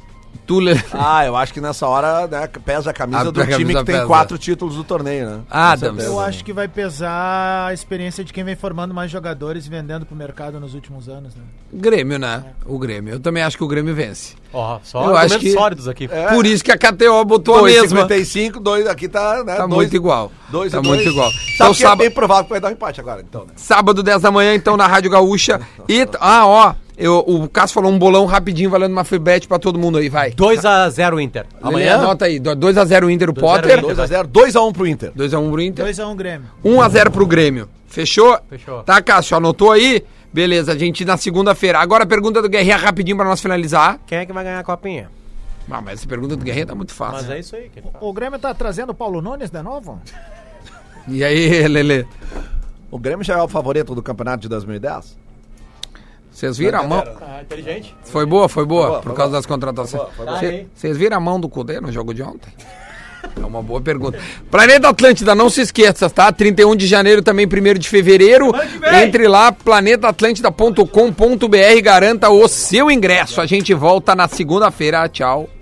[SPEAKER 2] Tu le-
[SPEAKER 3] Ah, eu acho que nessa hora né, pesa a camisa
[SPEAKER 2] Ah,
[SPEAKER 3] do
[SPEAKER 2] pega a
[SPEAKER 3] time
[SPEAKER 2] camisa
[SPEAKER 3] que tem
[SPEAKER 2] pesa.
[SPEAKER 3] quatro títulos do torneio, né?
[SPEAKER 2] Ah,
[SPEAKER 3] Com certeza.
[SPEAKER 2] Adams.
[SPEAKER 4] Eu acho que vai pesar a experiência de quem vem formando mais jogadores e vendendo pro mercado nos últimos anos, né?
[SPEAKER 2] Grêmio, né?
[SPEAKER 5] É.
[SPEAKER 2] O Grêmio. Eu também acho que o Grêmio vence.
[SPEAKER 5] Ó, só
[SPEAKER 2] Eu acho
[SPEAKER 5] argumentos
[SPEAKER 2] que- É.
[SPEAKER 5] sólidos aqui.
[SPEAKER 2] Por isso que a KTO botou a mesma.
[SPEAKER 3] 2,55, dois aqui tá, né,
[SPEAKER 2] Tá
[SPEAKER 3] dois-
[SPEAKER 2] muito igual.
[SPEAKER 3] Dois
[SPEAKER 2] tá
[SPEAKER 3] e
[SPEAKER 2] muito
[SPEAKER 3] dois.
[SPEAKER 2] igual.
[SPEAKER 3] Sabe
[SPEAKER 2] Então,
[SPEAKER 3] que é
[SPEAKER 2] sábado,
[SPEAKER 3] bem provável que vai dar um empate agora, então, né?
[SPEAKER 2] sábado 10 da manhã, então, na Rádio Gaúcha. E, ah, ó, eu- o Cássio falou um bolão rapidinho, valendo uma free bet pra todo mundo aí, vai.
[SPEAKER 5] 2x0 Inter.
[SPEAKER 2] Amanhã? Anota aí, 2x0 Inter o
[SPEAKER 5] 2 a 0
[SPEAKER 2] Potter.
[SPEAKER 5] Inter.
[SPEAKER 3] 2x0, 2x1 pro Inter.
[SPEAKER 2] 2x1 pro Inter.
[SPEAKER 4] 2x1 Grêmio.
[SPEAKER 2] 1x0 pro Grêmio. Fechou?
[SPEAKER 5] Fechou.
[SPEAKER 2] Tá, Cássio, anotou aí? Beleza, a gente na segunda-feira. Agora a pergunta do Guerrinha rapidinho pra nós finalizar.
[SPEAKER 5] Quem é que vai ganhar a copinha?
[SPEAKER 2] Ah, mas essa pergunta do Guerrinha tá muito fácil.
[SPEAKER 5] Mas é isso aí. Que ele fala.
[SPEAKER 4] O Grêmio tá trazendo o Paulo Nunes de novo?
[SPEAKER 5] é.
[SPEAKER 2] E aí, Lele?
[SPEAKER 3] O Grêmio já é o favorito do campeonato de 2010?
[SPEAKER 2] Vocês viram a mão?
[SPEAKER 5] Tá inteligente.
[SPEAKER 2] Foi boa, foi boa,
[SPEAKER 3] boa,
[SPEAKER 2] por
[SPEAKER 3] foi
[SPEAKER 2] causa
[SPEAKER 3] boa.
[SPEAKER 2] das contratações.
[SPEAKER 3] Foi boa, foi
[SPEAKER 5] boa. Tá aí.
[SPEAKER 2] Vocês viram a mão do Cudê no jogo de ontem? É uma boa pergunta. Planeta Atlântida, não se esqueça, tá? 31 de janeiro, também 1 de fevereiro. Entre lá, planetaatlântida.com.br, garanta o seu ingresso. A gente volta na segunda-feira. Tchau.